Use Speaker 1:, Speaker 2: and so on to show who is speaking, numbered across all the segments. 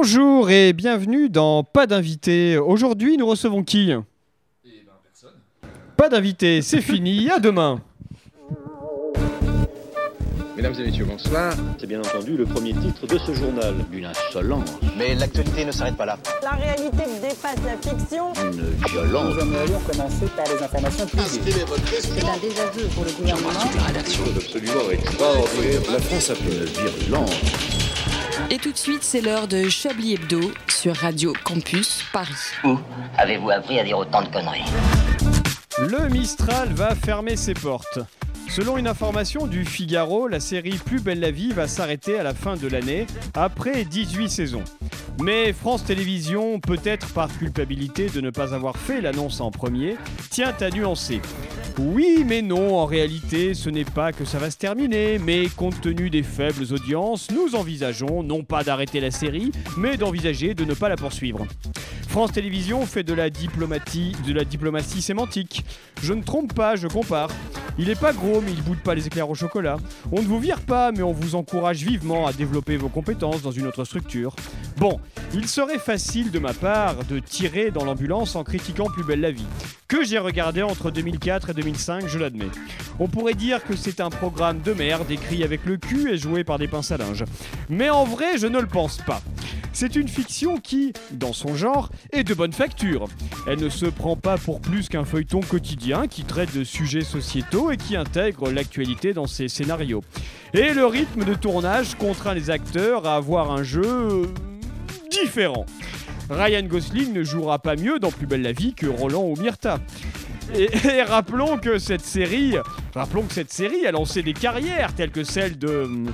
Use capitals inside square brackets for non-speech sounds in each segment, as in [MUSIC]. Speaker 1: Bonjour et bienvenue dans Pas d'invité. Aujourd'hui, nous recevons qui Pas d'invité, c'est fini, à demain.
Speaker 2: Mesdames et messieurs, bonsoir.
Speaker 3: C'est bien entendu le premier titre de ce journal. Une insolence,
Speaker 4: Mais l'actualité ne s'arrête pas là.
Speaker 5: La réalité dépasse la fiction.
Speaker 3: une violence.
Speaker 6: aimerions commencer par les informations publiques.
Speaker 7: C'est un désaveu pour le gouvernement.
Speaker 3: La France a fait une virulence.
Speaker 8: Et tout de suite, c'est l'heure de Chablis Hebdo sur Radio Campus Paris.
Speaker 4: Avez-vous appris à dire autant de conneries
Speaker 1: Le Mistral va fermer ses portes. Selon une information du Figaro, la série Plus belle la vie va s'arrêter à la fin de l'année, après 18 saisons. Mais France Télévisions, peut-être par culpabilité de ne pas avoir fait l'annonce en premier, tient à nuancer. Oui, mais non, en réalité, ce n'est pas que ça va se terminer, mais compte tenu des faibles audiences, nous envisageons non pas d'arrêter la série, mais d'envisager de ne pas la poursuivre. France Télévisions fait de la diplomatie, de la diplomatie sémantique. Je ne trompe pas, je compare. Il est pas gros, mais il boude pas les éclairs au chocolat. On ne vous vire pas, mais on vous encourage vivement à développer vos compétences dans une autre structure. Bon, il serait facile de ma part de tirer dans l'ambulance en critiquant Plus belle la vie, que j'ai regardé entre 2004 et 2005, je l'admets. On pourrait dire que c'est un programme de merde écrit avec le cul et joué par des pinces à linge. Mais en vrai, je ne le pense pas. C'est une fiction qui, dans son genre, est de bonne facture. Elle ne se prend pas pour plus qu'un feuilleton quotidien qui traite de sujets sociétaux et qui intègre l'actualité dans ses scénarios. Et le rythme de tournage contraint les acteurs à avoir un jeu euh, différent. Ryan Gosling ne jouera pas mieux dans Plus belle la vie que Roland ou Myrta. Et, [LAUGHS] et rappelons que cette série, rappelons que cette série a lancé des carrières telles que celle de hum,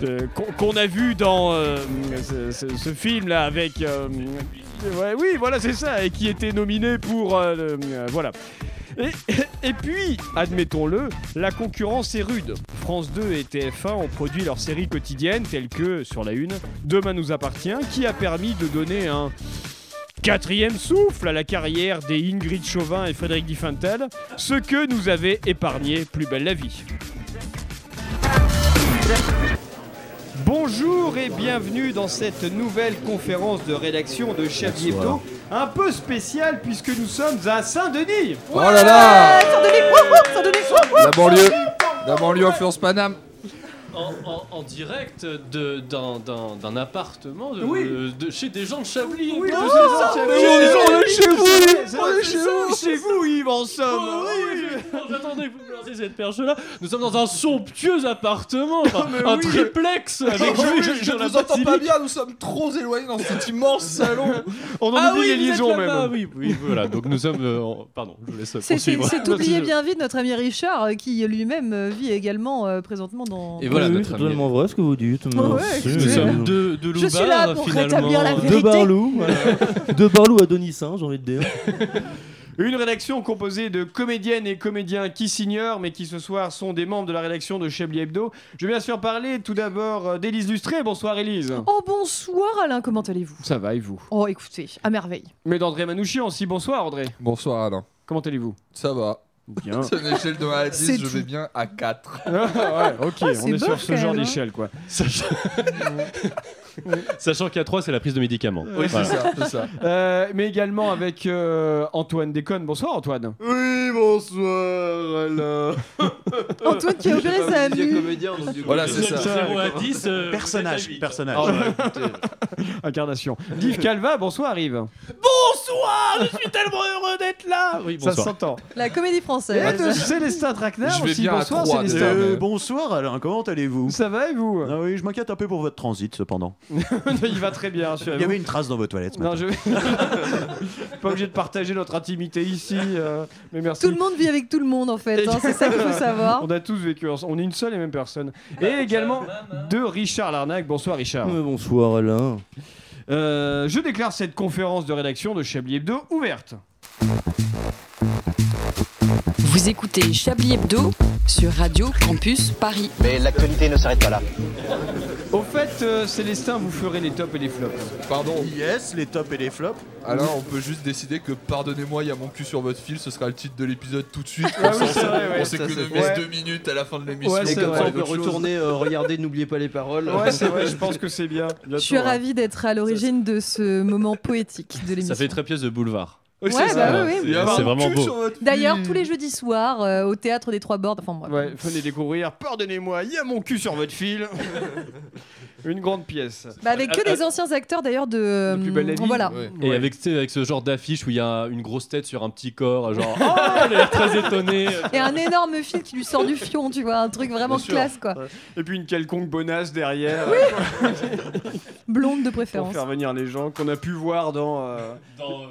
Speaker 1: de- qu'on- qu'on a vu dans euh, ce, film là avec euh, ouais, oui voilà c'est ça et qui était nominé pour euh, le- euh, voilà et, et puis, admettons-le, la concurrence est rude. France 2 et TF1 ont produit leurs séries quotidiennes telles que, sur la une, Demain nous appartient, qui a permis de donner un quatrième souffle à la carrière des Ingrid Chauvin et Frédéric Diffental, ce que nous avait épargné Plus belle la vie. Bonjour et bienvenue dans cette nouvelle conférence de rédaction de Chef Hebdo, un peu spéciale puisque nous sommes à Saint-Denis.
Speaker 9: Oh là là La banlieue La banlieue influence Paname
Speaker 10: en, en- en direct de- d'un- d'un d'un appartement de,
Speaker 1: Oui.
Speaker 10: de- de- chez des gens de Chablis.
Speaker 1: Oui,
Speaker 10: Voilà.
Speaker 1: nous sommes chez
Speaker 9: mais on est- on est chez vous,
Speaker 1: C'est-
Speaker 9: on est
Speaker 1: c'est
Speaker 9: chez
Speaker 1: ça,
Speaker 9: vous.
Speaker 1: Chez vous, Yves, en somme
Speaker 10: Oh, oui, je- J'attendais que vous me lanciez cette perche-là. Nous sommes dans un somptueux appartement, enfin, un
Speaker 9: oui.
Speaker 10: triplex avec
Speaker 9: Oh oui,
Speaker 10: vue
Speaker 9: je,
Speaker 10: sur
Speaker 9: je
Speaker 10: la
Speaker 9: vous entends pas
Speaker 10: Bastille.
Speaker 9: bien, Ah, nous sommes trop éloignés dans
Speaker 1: [LAUGHS]
Speaker 9: cet immense salon
Speaker 1: On en
Speaker 10: Ah
Speaker 1: oublie
Speaker 10: oui,
Speaker 1: les
Speaker 10: vous êtes
Speaker 1: liaisons,
Speaker 10: là-bas,
Speaker 1: même
Speaker 10: Oui, oui, voilà. Donc nous sommes. euh, en- Pardon, je vous laisse
Speaker 7: C'est
Speaker 10: poursuivre.
Speaker 7: c'est oublié bien vite notre ami Richard euh, qui lui-même euh, vit également euh, présentement dans.
Speaker 9: Et voilà notre ami.
Speaker 6: vrai ce que vous dites. mais
Speaker 7: Ouais,
Speaker 6: c'est-
Speaker 10: Nous
Speaker 7: excusez.
Speaker 10: sommes deux, deux
Speaker 7: Je suis là
Speaker 10: loubards,
Speaker 7: pour
Speaker 10: finalement.
Speaker 7: rétablir la vérité.
Speaker 6: De Barlou,
Speaker 10: [LAUGHS]
Speaker 6: voilà. de Barlou à Donissin, j'ai envie de dire.
Speaker 1: [LAUGHS] Une rédaction composée de comédiennes et comédiens qui s'ignorent, mais qui ce soir sont des membres de la rédaction de Chablis Hebdo. Je vais bien sûr parler tout d'abord euh, d'Élise Lustré. Bonsoir, Élise.
Speaker 7: Oh bonsoir Alain, comment allez-vous
Speaker 1: Ça va, et vous
Speaker 7: Oh écoutez, à merveille.
Speaker 1: Mais d'André Manouchian aussi. Bonsoir, André.
Speaker 9: Bonsoir Alain.
Speaker 1: Comment allez-vous
Speaker 9: Ça va. [LAUGHS]
Speaker 1: Bien.
Speaker 9: C'est une échelle de 1 à 10,
Speaker 7: C'est
Speaker 9: je
Speaker 7: tout.
Speaker 9: vais bien à 4.
Speaker 1: [LAUGHS] ouais, ok,
Speaker 10: Ah,
Speaker 1: on
Speaker 7: c'est
Speaker 1: est
Speaker 7: beau,
Speaker 1: sur ce
Speaker 7: quand
Speaker 1: genre
Speaker 7: même, hein.
Speaker 1: d'échelle, quoi.
Speaker 10: [LAUGHS] Sachant, Sachant qu'à 3, c'est la prise de médicaments.
Speaker 9: Oui, c'est ça, c'est ça.
Speaker 1: [LAUGHS] Euh, mais également avec euh, Antoine Déconne. Bonsoir, Antoine.
Speaker 9: Oui, bonsoir Alain.
Speaker 7: Antoine qui a opéré sa mue.
Speaker 9: Voilà, c'est ça. Ah
Speaker 1: Ça,
Speaker 10: 0 à 10. euh, vous êtes à huit.
Speaker 3: personnage.
Speaker 1: [LAUGHS] Incarnation. Yves Calva, bonsoir, Yves.
Speaker 10: Bonsoir, je suis tellement heureux d'être
Speaker 7: Ah
Speaker 10: là. Oui,
Speaker 1: Ça s'entend.
Speaker 7: La comédie
Speaker 1: Et
Speaker 7: française.
Speaker 1: de Célestin Traquenard
Speaker 9: Je vais
Speaker 1: aussi.
Speaker 9: bien à
Speaker 1: Bonsoir
Speaker 9: trois,
Speaker 1: Célestin.
Speaker 9: déjà. Euh,
Speaker 3: bonsoir Alain, comment allez-vous
Speaker 1: Ça va et vous
Speaker 3: ah oui, je m'inquiète un peu pour votre transit
Speaker 1: [LAUGHS]
Speaker 3: cependant.
Speaker 1: Il va très bien. rassurez-vous.
Speaker 3: Il y avait une trace dans vos toilettes. ce
Speaker 1: Non,
Speaker 3: matin.
Speaker 1: je [LAUGHS] pas obligé de partager notre intimité ici, euh, mais merci.
Speaker 7: Tout le monde vit avec tout le monde en fait, hein, c'est
Speaker 1: [LAUGHS]
Speaker 7: ça qu'il faut savoir.
Speaker 1: On a tous vécu ensemble. On est une seule et même personne. Et également de Richard Larnac. Bonsoir Richard.
Speaker 6: Mais bonsoir Alain.
Speaker 1: Euh, je déclare cette conférence de rédaction de Chablis Hebdo ouverte.
Speaker 8: Vous écoutez Chablis Hebdo sur Radio Campus Paris.
Speaker 4: Mais l'actualité ne s'arrête pas là.
Speaker 1: Au fait, suite, euh, Célestin, vous ferez les tops et les flops.
Speaker 9: Pardon.
Speaker 11: Yes, les tops et les flops.
Speaker 9: Ah. Alors, on peut juste décider que pardonnez-moi, il y a mon cul sur votre fil, ce sera le titre de l'épisode tout de suite.
Speaker 1: Ah
Speaker 9: Comme
Speaker 1: oui,
Speaker 9: ça,
Speaker 1: c'est
Speaker 9: on-
Speaker 1: vrai, ouais.
Speaker 9: on
Speaker 1: Ça,
Speaker 9: s'économise
Speaker 1: c'est-
Speaker 9: deux
Speaker 1: ouais.
Speaker 9: minutes à la fin de l'émission.
Speaker 1: Ouais, c'est
Speaker 12: Et comme
Speaker 1: vrai.
Speaker 12: ça, on peut retourner, euh, regarder, n'oubliez pas les paroles. [LAUGHS]
Speaker 1: Ouais, c'est vrai, je pense que c'est bien. hein.
Speaker 7: Je suis ravie d'être à l'origine de ce moment poétique de l'émission.
Speaker 10: Ça fait très pièce de boulevard.
Speaker 7: Oui, c'est Ouais, ça. bah oui, oui.
Speaker 10: C'est- C'est vraiment beau.
Speaker 7: D'ailleurs, tous les jeudis soirs, euh, au théâtre des Trois Bordes, enfin moi,
Speaker 1: Ouais, venez découvrir. Pardonnez-moi, il y a mon cul sur votre
Speaker 11: [LAUGHS]
Speaker 1: fil. Une grande pièce.
Speaker 7: Bah, avec que des anciens acteurs d'ailleurs de. euh,
Speaker 1: Euh, plus belle la vie.
Speaker 7: Voilà.
Speaker 1: Ouais.
Speaker 10: Et avec, tu sais, avec ce genre d'affiche où il y a une grosse tête sur un petit corps, genre
Speaker 7: [LAUGHS]
Speaker 10: oh, elle a l'air très étonnée.
Speaker 7: Et un énorme fil qui lui sort du fion, tu vois, un truc vraiment
Speaker 1: Bien sûr.
Speaker 7: classe quoi.
Speaker 1: Ouais. Et puis une quelconque bonasse derrière. euh,
Speaker 7: Blonde de
Speaker 1: Pour
Speaker 7: préférence.
Speaker 1: faire venir les gens qu'on a pu voir dans, euh,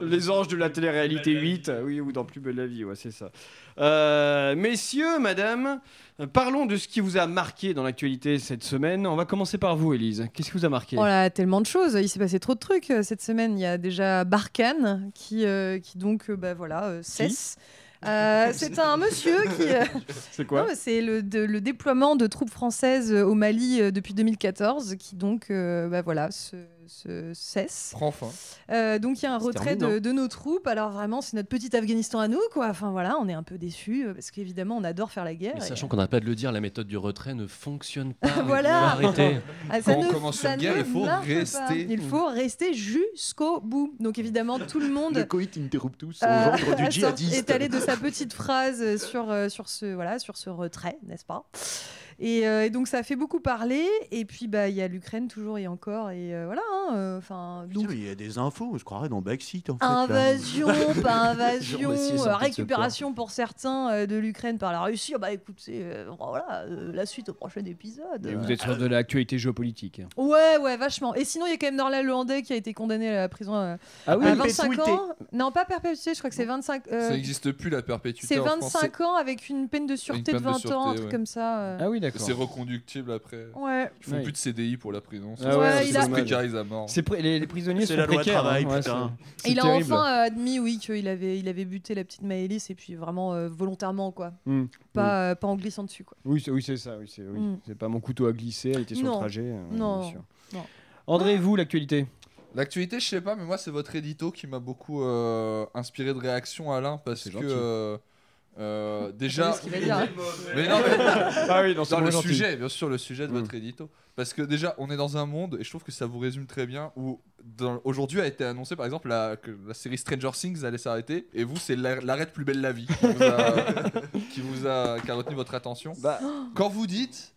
Speaker 1: Les Anges de la télé-réalité 8, oui, ou dans Plus Belle la Vie, ouais, c'est ça. Euh, messieurs, madame, euh, parlons de ce qui vous a marqué dans l'actualité cette semaine. On va commencer par vous, Élise. Qu'est-ce qui vous a marqué
Speaker 7: Oh là, tellement de choses. Il s'est passé trop de trucs euh, cette semaine. Il y a déjà Barkhane qui, euh, qui donc, euh, bah voilà, euh, cesse. Euh, c'est un monsieur qui. euh,
Speaker 1: C'est quoi
Speaker 7: Non, mais C'est le, de- le déploiement de troupes françaises euh, au Mali euh, depuis 2014 qui donc, euh, bah voilà, se, se cesse.
Speaker 9: Prends fin.
Speaker 7: Euh, donc il y a un retrait
Speaker 9: termine,
Speaker 7: de,
Speaker 9: hein.
Speaker 7: de nos troupes. Alors vraiment, c'est notre petit Afghanistan à nous, quoi. Enfin voilà, on est un peu déçus euh, parce qu'évidemment, on adore faire la guerre.
Speaker 10: Mais
Speaker 7: Et-
Speaker 10: sachant qu'on n'a pas de le dire, la méthode du retrait ne fonctionne pas.
Speaker 7: Ah, [LAUGHS] voilà.
Speaker 10: Arrêtez.
Speaker 7: Ah, ça ne- ça ne marche pas. Il faut rester jusqu'au bout. Donc évidemment, tout le monde.
Speaker 11: Le coït interruptus
Speaker 7: euh,
Speaker 11: au
Speaker 7: [LAUGHS]
Speaker 11: gendre du
Speaker 7: sort-
Speaker 11: djihadiste.
Speaker 7: est allé de sa petite phrase euh, sur, euh, sur, ce, voilà, sur ce retrait, n'est-ce pas et, euh, et donc ça a fait beaucoup parler. Et puis bah il y a l'Ukraine toujours et encore. Et euh, voilà. hein, euh, Enfin
Speaker 11: Putain, mais Il y a des infos, je croirais dans Brexit en fait. là. [LAUGHS]
Speaker 7: Invasion, pas invasion,
Speaker 11: Genre, bah, si, ils sortent de
Speaker 7: euh,
Speaker 11: ce
Speaker 7: récupération pour certains euh, de l'Ukraine par la Russie. Ah bah écoutez, euh, voilà, euh, la suite au prochain épisode.
Speaker 1: Et Vous êtes sur de l'actualité géopolitique.
Speaker 7: Ouais, ouais, vachement. Et sinon, il y a quand même Norla Le Hollandais qui a été condamné à la prison euh,
Speaker 1: Ah oui,
Speaker 7: à 25
Speaker 1: perpétuité.
Speaker 7: ans. Non, pas perpétuité, je crois que c'est 25. euh,
Speaker 9: Ça n'existe plus la perpétuité.
Speaker 7: C'est
Speaker 9: en France,
Speaker 7: 25 ans avec une peine de
Speaker 9: Une
Speaker 7: sûreté
Speaker 9: peine
Speaker 7: de 20
Speaker 9: sûreté,
Speaker 7: ans, un truc
Speaker 9: ouais.
Speaker 7: comme ça. euh.
Speaker 9: C'est reconductible après.
Speaker 7: Ouais.
Speaker 9: Ils font
Speaker 1: Ah Ouais.
Speaker 9: plus de CDI pour la prison.
Speaker 1: Ah ouais,
Speaker 9: ça
Speaker 1: il
Speaker 9: se
Speaker 1: a-
Speaker 9: précarise à mort.
Speaker 1: C'est pré- les, les prisonniers
Speaker 11: C'est
Speaker 1: sont
Speaker 11: la loi
Speaker 1: précaires,
Speaker 11: travail,
Speaker 1: hein, ouais,
Speaker 11: putain.
Speaker 1: c'est- c'est
Speaker 7: Il a
Speaker 1: terrible.
Speaker 7: enfin euh, admis, oui, qu'il avait, il avait buté la petite Maëlys et puis vraiment euh, volontairement, quoi.
Speaker 1: Hmm.
Speaker 7: Pas, euh, pas en glissant dessus, quoi.
Speaker 1: Oui, c'est oui, c'est ça. Oui, c'est oui.
Speaker 7: Mm.
Speaker 1: C'est pas mon couteau à glisser, elle était sur
Speaker 7: Non.
Speaker 1: le trajet. euh,
Speaker 7: Non.
Speaker 1: bien sûr.
Speaker 7: Non.
Speaker 1: André, vous, l'actualité
Speaker 9: L'actualité, je sais pas, mais moi, c'est votre édito qui m'a beaucoup euh, inspiré de réaction, Alain, parce que.
Speaker 1: gentil.
Speaker 9: euh, euh, déjà,
Speaker 7: ce qu'il va dire, hein.
Speaker 9: mais non, mais-
Speaker 1: [LAUGHS] Ah oui, non, c'est
Speaker 9: Dans
Speaker 1: bon,
Speaker 9: le
Speaker 1: gentil. Mm.
Speaker 9: sujet, bien sûr, le sujet de votre édito, parce que déjà, on est dans un monde et je trouve que ça vous résume très bien où dans- aujourd'hui a été annoncé, par exemple, la, que la série Stranger Things allait s'arrêter et vous, c'est l'ar- l'arrêt de plus belle la vie qui vous a, [LAUGHS] qui vous a- qui a retenu votre attention.
Speaker 1: Bah,
Speaker 9: quand vous dites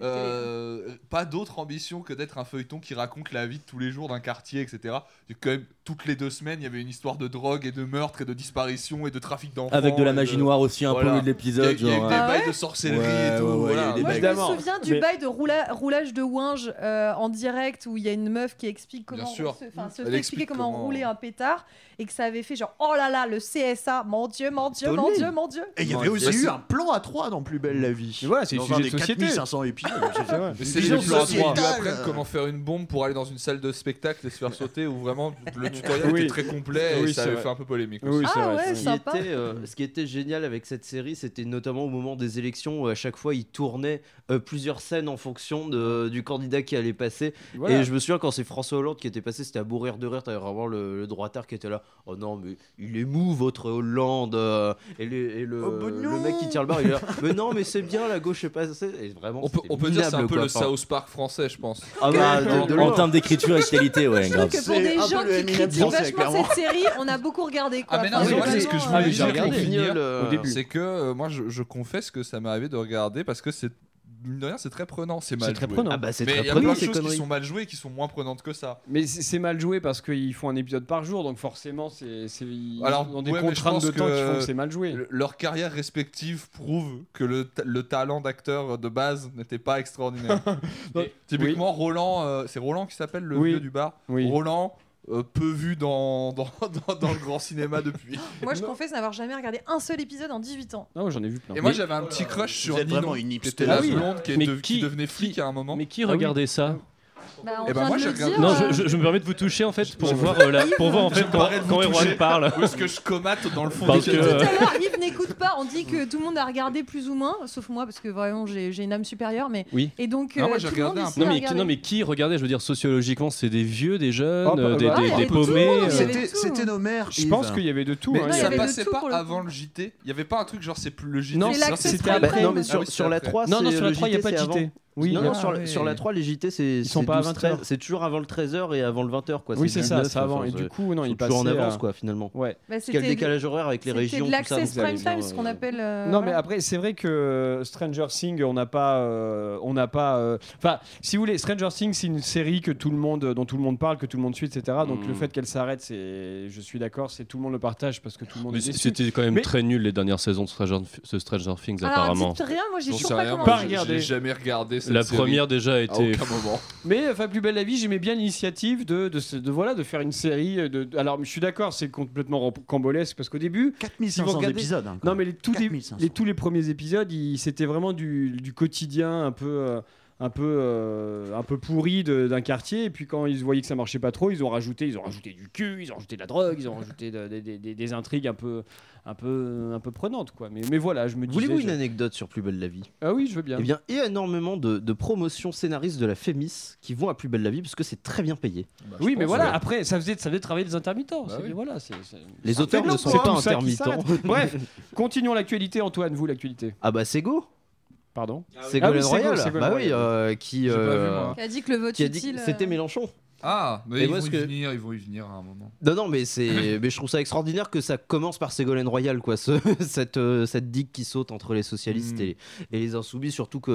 Speaker 9: euh, pas d'autre ambition que d'être un feuilleton qui raconte la vie de tous les jours d'un quartier, etc. Et Quand même, toutes les deux semaines, il y avait une histoire de drogue et de meurtre et de disparition et de trafic d'enfants.
Speaker 6: Avec de la
Speaker 9: et
Speaker 6: magie noire aussi, un peu au milieu de l'épisode,
Speaker 9: Il y a- il y a eu
Speaker 6: genre,
Speaker 9: des
Speaker 6: ouais.
Speaker 9: bails de sorcellerie
Speaker 6: Ouais,
Speaker 9: et tout.
Speaker 6: ouais, ouais, il y a eu
Speaker 9: voilà.
Speaker 6: des
Speaker 7: Moi, je me souviens du
Speaker 9: Mais-
Speaker 7: bail de roula- roulage de ouinge euh, en direct où il y a une meuf qui explique comment,
Speaker 9: sûr.
Speaker 7: on se, enfin, se
Speaker 9: Elle
Speaker 7: fait
Speaker 9: explique
Speaker 7: expliquer comment,
Speaker 9: comment-
Speaker 7: rouler un pétard et que ça avait fait genre oh là là le CSA, mon dieu, mon dieu, mon
Speaker 11: Étonné.
Speaker 7: dieu, mon dieu.
Speaker 11: Et il y avait aussi eu un plan à 3 dans Plus belle la vie.
Speaker 1: voilà, c'est
Speaker 11: Dans
Speaker 1: le sujet
Speaker 11: un
Speaker 1: de
Speaker 11: des
Speaker 1: société.
Speaker 11: 4500 épisodes.
Speaker 1: C'est vrai.
Speaker 9: Mais c'est les
Speaker 11: Vision
Speaker 9: plans à trois.
Speaker 11: sociétale.
Speaker 9: Ils lui apprennent comment faire une bombe pour aller dans une salle de spectacle et se faire sauter où vraiment le tutoriel
Speaker 1: Oui.
Speaker 9: était très complet
Speaker 1: Oui,
Speaker 9: et ça
Speaker 1: c'est
Speaker 9: avait
Speaker 1: vrai.
Speaker 9: fait un peu polémique.
Speaker 1: Oui,
Speaker 9: aussi.
Speaker 1: c'est Ah vrai, ouais,
Speaker 12: ce, qui
Speaker 1: sympa.
Speaker 12: était, euh, ce qui était génial avec cette série, c'était notamment au moment des élections où à chaque fois ils tournaient euh, plusieurs scènes en fonction de- du candidat qui allait passer.
Speaker 1: Voilà.
Speaker 12: Et je me souviens quand c'est François Hollande qui était passé, c'était à mourir de rire. T'avais vraiment le, le droitard qui était là. Oh non, mais il est mou votre Hollande. euh, et le, et
Speaker 1: Oh, bah
Speaker 12: le- le mec qui tire le bar, il est là. Mais non, mais c'est bien la gauche est passée. Et vraiment,
Speaker 9: On peut,
Speaker 12: c'était
Speaker 9: on peut dire que c'est un
Speaker 12: minable,
Speaker 9: peu
Speaker 12: quoi.
Speaker 9: le
Speaker 12: Enfin,
Speaker 9: South Park français, je pense.
Speaker 12: Ah bah, de- de
Speaker 6: En
Speaker 12: loin.
Speaker 6: termes d'écriture et de qualité, ouais,
Speaker 7: Je trouve
Speaker 6: grave.
Speaker 7: que pour des gens qui critiquent vachement cette série, on a beaucoup regardé quoi.
Speaker 9: Ah mais non,
Speaker 7: Enfin,
Speaker 9: mais voilà,
Speaker 7: vraiment,
Speaker 9: ce que je
Speaker 7: euh,
Speaker 9: voulais
Speaker 12: j'ai
Speaker 9: dire pour
Speaker 12: regardé.
Speaker 9: finir
Speaker 12: Vignoble, euh,
Speaker 9: au début. C'est que euh, moi, je, je confesse que ça m'est arrivé de regarder parce que c'est mine de rien, c'est très prenant, c'est mal
Speaker 12: C'est très
Speaker 9: joué.
Speaker 12: prenant. Ah bah, c'est
Speaker 9: mais
Speaker 12: très
Speaker 9: il y a
Speaker 12: prenant,
Speaker 9: plein de
Speaker 12: ces
Speaker 9: choses qui
Speaker 12: conneries.
Speaker 9: sont mal jouées, et qui sont moins prenantes que ça.
Speaker 1: Mais c'est c'est mal joué parce qu'ils font un épisode par jour, donc forcément, c'est c'est- ils
Speaker 9: Alors,
Speaker 1: ont des
Speaker 9: ouais, mais je
Speaker 1: contraintes
Speaker 9: pense
Speaker 1: de temps qui
Speaker 9: que
Speaker 1: font que c'est mal joué.
Speaker 9: le- Leur carrière respective prouve que le, ta- le talent d'acteur de base n'était pas
Speaker 1: [LAUGHS]
Speaker 9: extraordinaire. Et typiquement, Roland, euh, c'est Roland qui s'appelle le
Speaker 1: Oui.
Speaker 9: vieux du bar.
Speaker 1: Oui.
Speaker 9: Roland, euh, peu vu dans, [LAUGHS] dans, dans- dans le grand cinéma depuis.
Speaker 7: Moi, je confesse n'avoir jamais regardé un seul épisode en 18 ans.
Speaker 1: Non, j'en ai vu plein.
Speaker 9: Et moi j'avais un petit crush
Speaker 11: Vous
Speaker 9: sur
Speaker 11: êtes
Speaker 9: Ninon,
Speaker 11: vraiment une
Speaker 9: qui
Speaker 11: hipster.
Speaker 9: était la
Speaker 11: Ah oui.
Speaker 9: blonde qui, est
Speaker 10: Mais
Speaker 9: de- qui
Speaker 10: qui-
Speaker 9: devenait flic à un moment.
Speaker 10: Qui regardait ça
Speaker 9: Eh ben, moi, j'ai regardé-
Speaker 10: Non, je, je- je me permets de vous toucher en fait pour voir, euh, la- pour voir en fait
Speaker 9: Je
Speaker 10: quand,
Speaker 9: parais de vous
Speaker 10: quand Erwan
Speaker 9: toucher,
Speaker 10: parle.
Speaker 9: Ou est-ce que je comate dans le fond
Speaker 10: Parce
Speaker 9: du
Speaker 10: que-
Speaker 9: canapé.
Speaker 10: Tout
Speaker 7: Tout à l'heure, Yves n'écoute pas. On dit que tout le monde a regardé plus ou moins, sauf moi, parce que vraiment, j'ai j'ai une âme supérieure. Mais...
Speaker 10: Oui.
Speaker 7: Et donc,
Speaker 10: Ah,
Speaker 7: euh,
Speaker 10: moi,
Speaker 7: tout
Speaker 10: j'ai
Speaker 7: le
Speaker 10: regardé
Speaker 7: monde
Speaker 10: un
Speaker 7: ici
Speaker 10: peu. non
Speaker 7: a
Speaker 10: mais, qui-
Speaker 7: regardé.
Speaker 10: non mais qui regardait Je veux dire sociologiquement c'est des vieux, des jeunes,
Speaker 1: Ah, bah,
Speaker 10: euh, des,
Speaker 1: bah,
Speaker 10: des-
Speaker 1: il y
Speaker 10: des
Speaker 1: avait tout le
Speaker 10: paumés.
Speaker 1: monde,
Speaker 10: euh.
Speaker 1: il y avait-
Speaker 11: C'était- C'était nos mères.
Speaker 1: Je pense qu'il y avait de tout.
Speaker 9: Mais
Speaker 1: hein, il y
Speaker 9: ça
Speaker 1: avait-
Speaker 9: passait
Speaker 7: tout
Speaker 9: pas
Speaker 7: pour le
Speaker 9: avant le JT. Il y avait pas un truc genre c'est plus le JT.
Speaker 1: Non,
Speaker 7: C'est l'accès
Speaker 9: c'était
Speaker 7: Prime
Speaker 9: après.
Speaker 7: Time. Non, mais
Speaker 9: Ah oui,
Speaker 12: sur la
Speaker 9: après.
Speaker 12: 3,
Speaker 1: Non, non,
Speaker 12: c'est
Speaker 1: sur la
Speaker 12: le
Speaker 1: 3, il n'y a pas de
Speaker 12: c'est avant.
Speaker 1: JT. Oui,
Speaker 12: non,
Speaker 1: il y a-
Speaker 12: non, sur, la, sur la 3, les JT, c'est
Speaker 1: Ils sont
Speaker 12: c'est
Speaker 1: pas à
Speaker 12: 12,
Speaker 1: 13.
Speaker 12: 13, C'est toujours avant le 13h et avant le 20h. Quoi.
Speaker 1: Oui, c'est ça,
Speaker 12: 19,
Speaker 1: c'est avant.
Speaker 12: enfin,
Speaker 1: Et du
Speaker 12: c'est-
Speaker 1: coup, non,
Speaker 12: ils
Speaker 1: il
Speaker 12: sont toujours en
Speaker 1: passait à-
Speaker 12: avance, quoi, finalement.
Speaker 1: Ouais.
Speaker 7: Bah,
Speaker 12: Parce qu'il y a le
Speaker 7: c'était-
Speaker 12: décalage horaire avec les
Speaker 7: c'était
Speaker 12: régions.
Speaker 7: de
Speaker 12: tout ça, donc
Speaker 7: l'access
Speaker 12: vous allez
Speaker 7: prime time,
Speaker 12: bien,
Speaker 7: ce qu'on
Speaker 12: euh,
Speaker 7: appelle. euh,
Speaker 1: Non, mais
Speaker 7: voilà.
Speaker 1: après, c'est vrai que euh, Stranger Things, on n'a pas. euh, on n'a pas euh, Enfin, si vous voulez, Stranger Things, c'est une série que tout le monde, euh, dont tout le monde parle, que tout le monde suit, etc. Donc
Speaker 12: Mm.
Speaker 1: le fait qu'elle s'arrête, c'est, je suis d'accord, c'est tout le monde le partage parce que tout le monde
Speaker 10: Mais
Speaker 1: est
Speaker 10: c-
Speaker 1: déçu.
Speaker 10: c'était quand même
Speaker 1: Mais-
Speaker 10: très nul les dernières saisons de Stranger, de Stranger Things
Speaker 7: Alors,
Speaker 10: apparemment.
Speaker 7: Ah, dites rien, moi, j'ai
Speaker 9: J'en
Speaker 7: toujours
Speaker 9: sais
Speaker 7: pas
Speaker 9: rien,
Speaker 7: comment.
Speaker 9: moi,
Speaker 1: Pas
Speaker 9: j'ai-
Speaker 1: regardé.
Speaker 9: J'ai jamais regardé cette
Speaker 10: La
Speaker 9: série
Speaker 10: première déjà a
Speaker 9: à
Speaker 10: été
Speaker 9: aucun moment.
Speaker 1: Mais enfin, plus belle la vie, j'aimais bien l'initiative de, de, ce- de, voilà, de faire une série. euh, De, de- alors, je suis d'accord, c'est complètement ram- cambolesque parce qu'au début, si vous
Speaker 11: 4500
Speaker 1: regardez-
Speaker 11: épisodes. hein, quand
Speaker 1: non, mais
Speaker 11: même.
Speaker 1: les, tous, les,
Speaker 11: 4500.
Speaker 1: les- tous les premiers épisodes, ils- c'était vraiment du, du quotidien un peu. euh, un peu, euh, un peu pourri de- d'un quartier, et puis quand ils voyaient que ça marchait pas trop, ils ont rajouté, ils ont rajouté du cul, ils ont rajouté de la drogue, ils ont rajouté de- des- des- des- des intrigues un peu, un peu, un peu prenantes, quoi. Mais, mais voilà, je me disais...
Speaker 12: Voulez-vous une
Speaker 1: je-
Speaker 12: anecdote sur Plus Belle la Vie
Speaker 1: Ah oui, je veux bien.
Speaker 12: Eh bien, il y a énormément de, de promotions scénaristes de la Fémis qui vont à Plus Belle la Vie parce que c'est très bien payé.
Speaker 1: oui, mais voilà,
Speaker 12: ouais.
Speaker 1: après, ça faisait, ça faisait travailler des intermittents.
Speaker 9: Bah
Speaker 1: c'est-
Speaker 9: oui.
Speaker 1: voilà, c'est- c'est-
Speaker 12: Les
Speaker 1: c'est un
Speaker 12: auteurs
Speaker 1: fait
Speaker 12: ne
Speaker 1: de
Speaker 12: sont
Speaker 1: l'emploi.
Speaker 12: pas
Speaker 1: Tout ça qui
Speaker 12: intermittents.
Speaker 1: s'arrête. [LAUGHS]
Speaker 12: [LAUGHS]
Speaker 1: Bref, continuons l'actualité, Antoine, vous, l'actualité.
Speaker 12: Ah bah c'est Go
Speaker 1: Pardon
Speaker 12: C'est
Speaker 1: Ah oui,
Speaker 12: Golden
Speaker 1: c'est Go,
Speaker 12: Royal
Speaker 1: c'est Golden
Speaker 12: Bah oui,
Speaker 1: Royal.
Speaker 12: euh,
Speaker 9: J'ai
Speaker 12: qui,
Speaker 9: pas vu,
Speaker 12: euh,
Speaker 9: moi.
Speaker 7: Qui a dit que le vote
Speaker 12: qui a dit
Speaker 7: utile. euh,
Speaker 12: c'était Mélenchon.
Speaker 9: Ah, mais
Speaker 12: Et
Speaker 9: ils
Speaker 12: moi,
Speaker 9: vont
Speaker 12: ce
Speaker 9: y
Speaker 12: que-
Speaker 9: venir, ils vont y venir à un moment.
Speaker 12: Non, non,
Speaker 1: [LAUGHS]
Speaker 12: mais c'est, mais je trouve ça extraordinaire que ça commence par Ségolène Royal, quoi, ce- [LAUGHS] cette euh, cette digue qui saute entre les socialistes
Speaker 11: Mm.
Speaker 12: et, et les insoumis, surtout que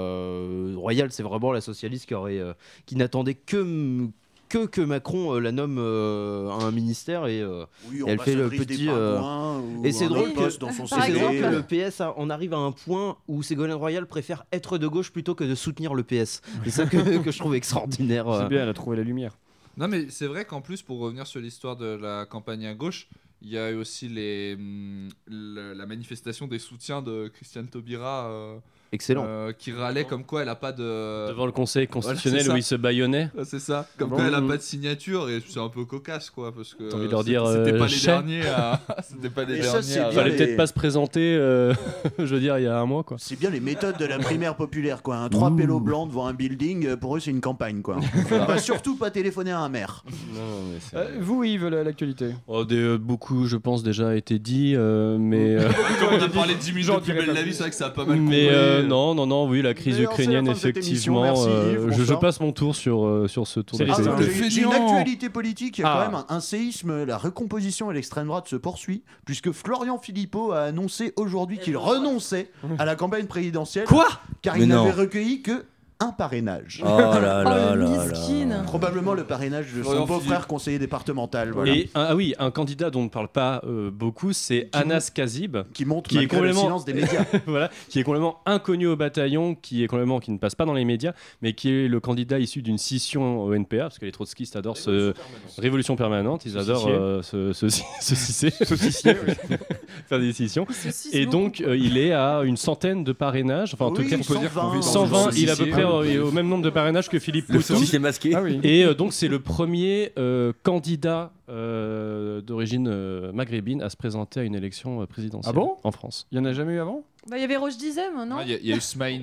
Speaker 12: euh, Royal, c'est vraiment la socialiste qui aurait, euh, qui n'attendait que que que Macron euh, la nomme euh, à un ministère et euh,
Speaker 11: Oui,
Speaker 12: elle fait le
Speaker 11: ambassadrice des
Speaker 12: petit, euh,
Speaker 11: pingouins ou
Speaker 12: et c'est
Speaker 11: un
Speaker 12: drôle
Speaker 11: autre
Speaker 12: que-
Speaker 11: gosse
Speaker 12: [LAUGHS]
Speaker 11: dans son
Speaker 7: Par
Speaker 12: c'est
Speaker 11: CV,
Speaker 12: drôle que
Speaker 7: exemple.
Speaker 12: le PS a- en arrive à un point où Ségolène Royal préfère être de gauche plutôt que de soutenir le PS. C'est ça que, que je trouve extraordinaire. euh.
Speaker 1: [LAUGHS] C'est bien, elle a trouvé la lumière.
Speaker 9: Non, mais c'est vrai qu'en plus, pour revenir sur l'histoire de la campagne à gauche, il y a eu aussi les, hum, le- la manifestation des soutiens de Christiane Taubira euh,
Speaker 12: Excellent.
Speaker 9: euh, qui râlait comme quoi elle a pas de.
Speaker 10: Devant le Conseil constitutionnel
Speaker 9: Voilà, c'est
Speaker 10: où ils se baïonnaient.
Speaker 9: Ah, c'est ça, comme
Speaker 1: Bon.
Speaker 9: quoi elle a pas de signature et c'est un peu cocasse quoi. Parce que
Speaker 10: T'as envie de leur
Speaker 9: c'était-
Speaker 10: dire,
Speaker 9: C'était
Speaker 10: euh,
Speaker 9: pas les
Speaker 10: chais.
Speaker 9: derniers à. [LAUGHS] C'était pas les
Speaker 11: Et ça,
Speaker 9: derniers
Speaker 11: c'est
Speaker 9: à-
Speaker 11: bien.
Speaker 10: Fallait
Speaker 11: les-
Speaker 10: peut-être pas se présenter, euh, [LAUGHS] je veux dire, il y a un mois quoi.
Speaker 11: C'est bien les méthodes de la primaire populaire, quoi. Un trois pélos blancs devant un building, euh, pour eux, c'est une campagne,
Speaker 9: [LAUGHS]
Speaker 11: quoi.
Speaker 12: Ah.
Speaker 11: On va surtout pas téléphoner à un
Speaker 12: [LAUGHS]
Speaker 11: maire.
Speaker 1: Euh, vous, Yves, la- l'actualité
Speaker 10: Oh, des, euh, beaucoup, je pense, déjà a été dit, euh,
Speaker 11: [LAUGHS]
Speaker 10: mais. euh,
Speaker 9: Comme on a parlé 10 minutes
Speaker 1: J'en
Speaker 9: de plus
Speaker 1: dirais
Speaker 9: belle
Speaker 1: pas
Speaker 9: la vie,
Speaker 1: plus.
Speaker 9: c'est vrai que ça a pas mal comblé.
Speaker 10: Mais euh, non, non, non, oui, la crise
Speaker 11: D'ailleurs, c'est la
Speaker 10: ukrainienne,
Speaker 11: fin de cette émission.
Speaker 10: effectivement.
Speaker 11: Merci,
Speaker 10: euh,
Speaker 11: Yves,
Speaker 10: je, je
Speaker 11: bonsoir.
Speaker 10: passe mon tour sur, euh, sur ce tour
Speaker 1: C'est
Speaker 10: de
Speaker 1: les
Speaker 11: Ah,
Speaker 1: C'est
Speaker 11: non,
Speaker 1: un
Speaker 11: j'ai- j'ai une
Speaker 9: fainéant.
Speaker 11: actualité politique, il y a
Speaker 1: Ah.
Speaker 11: quand même un, un séisme, la recomposition à l'extrême droite se poursuit, puisque Florian Philippot a annoncé aujourd'hui qu'il renonçait à la campagne présidentielle.
Speaker 12: Quoi
Speaker 11: Car
Speaker 6: Mais
Speaker 11: il
Speaker 6: non.
Speaker 11: n'avait recueilli que un parrainage.
Speaker 6: Oh là
Speaker 11: [LAUGHS]
Speaker 7: Oh,
Speaker 6: là là
Speaker 7: le
Speaker 6: là.
Speaker 7: miskin.
Speaker 11: Probablement le parrainage de
Speaker 9: Florian
Speaker 11: son beau-frère
Speaker 9: Philippe.
Speaker 11: conseiller départemental, voilà.
Speaker 10: Et un- ah oui, un candidat dont on ne parle pas euh, beaucoup, c'est Anas Kazib,
Speaker 11: Qui monte
Speaker 10: qui est
Speaker 11: malgré
Speaker 10: complètement-
Speaker 11: le silence des médias.
Speaker 10: [LAUGHS] voilà, qui est complètement inconnu au bataillon, qui est complètement qui ne passe pas dans les médias, mais qui est le candidat issu d'une scission au NPA, parce que les trotskistes adorent ce révolution permanente, ils adorent
Speaker 1: Saucissier.
Speaker 10: euh, ce ce [LAUGHS] ce scisser, [LAUGHS] faire des scissions. Et donc euh, il est à une centaine de parrainages, enfin en tout
Speaker 11: Oui,
Speaker 10: cas
Speaker 9: on peut dire qu'on vit dans
Speaker 10: 120, il a à peu
Speaker 9: Saucissier.
Speaker 10: près euh, au même nombre de parrainages que Philippe
Speaker 6: Le
Speaker 10: Poutou.
Speaker 6: saucissier masqué.
Speaker 1: Ah oui.
Speaker 10: Et euh, donc, c'est le premier euh, candidat euh, d'origine euh, maghrébine à se présenter à une élection euh, présidentielle
Speaker 1: Ah bon
Speaker 10: en France.
Speaker 1: Il y en a jamais eu avant
Speaker 7: Bah, il y avait Roche Dizem, non
Speaker 9: Ah, Il y, a- il y a eu [LAUGHS] Smain.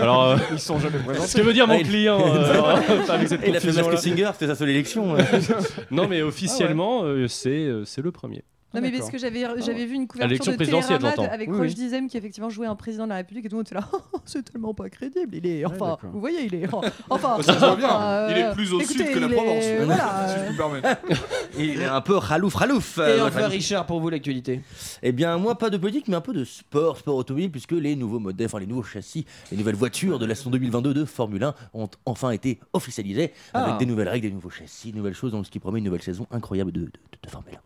Speaker 10: Alors, euh,
Speaker 1: Ils sont
Speaker 10: [LAUGHS]
Speaker 1: jamais
Speaker 10: ce
Speaker 1: présentés.
Speaker 10: que veut dire mon
Speaker 6: Ah, il- [LAUGHS]
Speaker 10: client [LAUGHS] euh, alors, avec cette
Speaker 6: Et il a fait
Speaker 10: confusion-là.
Speaker 6: Mask Singer, c'était sa seule élection.
Speaker 1: [LAUGHS]
Speaker 10: Non, mais
Speaker 1: Ah
Speaker 10: officiellement, euh, c'est euh, c'est le premier.
Speaker 7: Non, mais
Speaker 1: D'accord.
Speaker 7: parce que j'avais euh, j'avais vu une
Speaker 10: l'élection
Speaker 7: couverture de
Speaker 10: présidentielle,
Speaker 7: Télérama de-
Speaker 10: j'entends.
Speaker 7: avec
Speaker 1: Oui,
Speaker 7: Roche
Speaker 1: oui.
Speaker 7: Dizem qui effectivement jouait un président de la République et tout le monde était là oh, c'est tellement pas crédible il est enfin
Speaker 1: d'accord.
Speaker 7: vous voyez il est oh,
Speaker 9: [LAUGHS]
Speaker 7: enfin
Speaker 9: Oh, Ah, Ça se voit bien.
Speaker 7: enfin, euh,
Speaker 9: Il est plus au sud
Speaker 7: Ah, écoutez,
Speaker 9: que la
Speaker 7: il est-
Speaker 9: Provence.
Speaker 7: voilà,
Speaker 9: [LAUGHS] Si je
Speaker 7: euh,
Speaker 9: puis me permettre.
Speaker 6: [LAUGHS] Il est un peu ralouf ralouf.
Speaker 1: Et
Speaker 6: euh,
Speaker 1: enfin,
Speaker 6: Raphaël.
Speaker 1: Richard, pour vous, l'actualité
Speaker 6: Eh bien, moi, pas de politique, mais un peu de sport, sport automobile, puisque les nouveaux modèles, enfin les nouveaux châssis, les nouvelles voitures de la saison 2022 de Formule 1 ont enfin été officialisées,
Speaker 1: Ah.
Speaker 6: avec des nouvelles règles, des nouveaux châssis, des nouvelles choses, donc ce qui promet une nouvelle saison incroyable de, de, de Formule 1.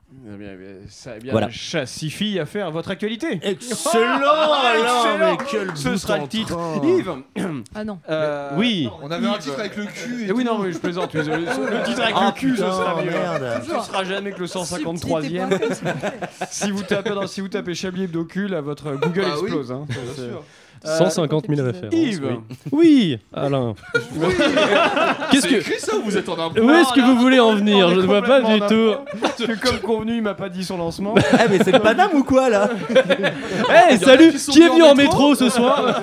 Speaker 1: Ça a Eh bien
Speaker 6: Voilà.
Speaker 1: chassifie à faire votre actualité. [LAUGHS]
Speaker 6: Excellent
Speaker 1: Excellent.
Speaker 6: alors, mais quel
Speaker 1: Ce
Speaker 6: bout
Speaker 1: sera le
Speaker 6: en
Speaker 1: titre.
Speaker 6: train.
Speaker 1: Yves [CLEARS THROAT]
Speaker 7: ah non
Speaker 1: euh,
Speaker 10: oui,
Speaker 9: On avait un titre avec le cul.
Speaker 1: Eh
Speaker 9: Et
Speaker 1: oui, non, mais je plaisante.
Speaker 9: [LAUGHS]
Speaker 1: mais Le, le titre avec
Speaker 6: Ah,
Speaker 1: le cul, ce
Speaker 6: putain,
Speaker 1: sera mieux.
Speaker 6: merde.
Speaker 1: Ce sera jamais que le 153
Speaker 7: Subtilité
Speaker 1: e
Speaker 7: point
Speaker 1: [LAUGHS]
Speaker 7: com, s'il
Speaker 1: si vous
Speaker 7: vous plaît.
Speaker 1: tapez, dans- si vous tapez Chablis Hebdo cul, là, votre Google
Speaker 9: Ah oui.
Speaker 1: explose. hein.
Speaker 9: tout. Bien sûr.
Speaker 10: 150 000 références.
Speaker 1: Euh, Yves.
Speaker 10: Oui, Alain. [LAUGHS] Qu'est-ce
Speaker 9: C'est
Speaker 10: que.
Speaker 9: écrit ça ou vous êtes en impro
Speaker 10: Où est-ce que vous voulez en venir
Speaker 1: On est
Speaker 10: Je ne vois pas du
Speaker 1: complètement
Speaker 10: tout.
Speaker 1: d'accord. Parce que comme convenu, il m'a pas dit son
Speaker 9: [LAUGHS]
Speaker 1: lancement.
Speaker 9: Eh,
Speaker 6: Ah, mais c'est le Paname ou quoi là
Speaker 10: Eh, salut Qui est venu en métro ce [LAUGHS] soir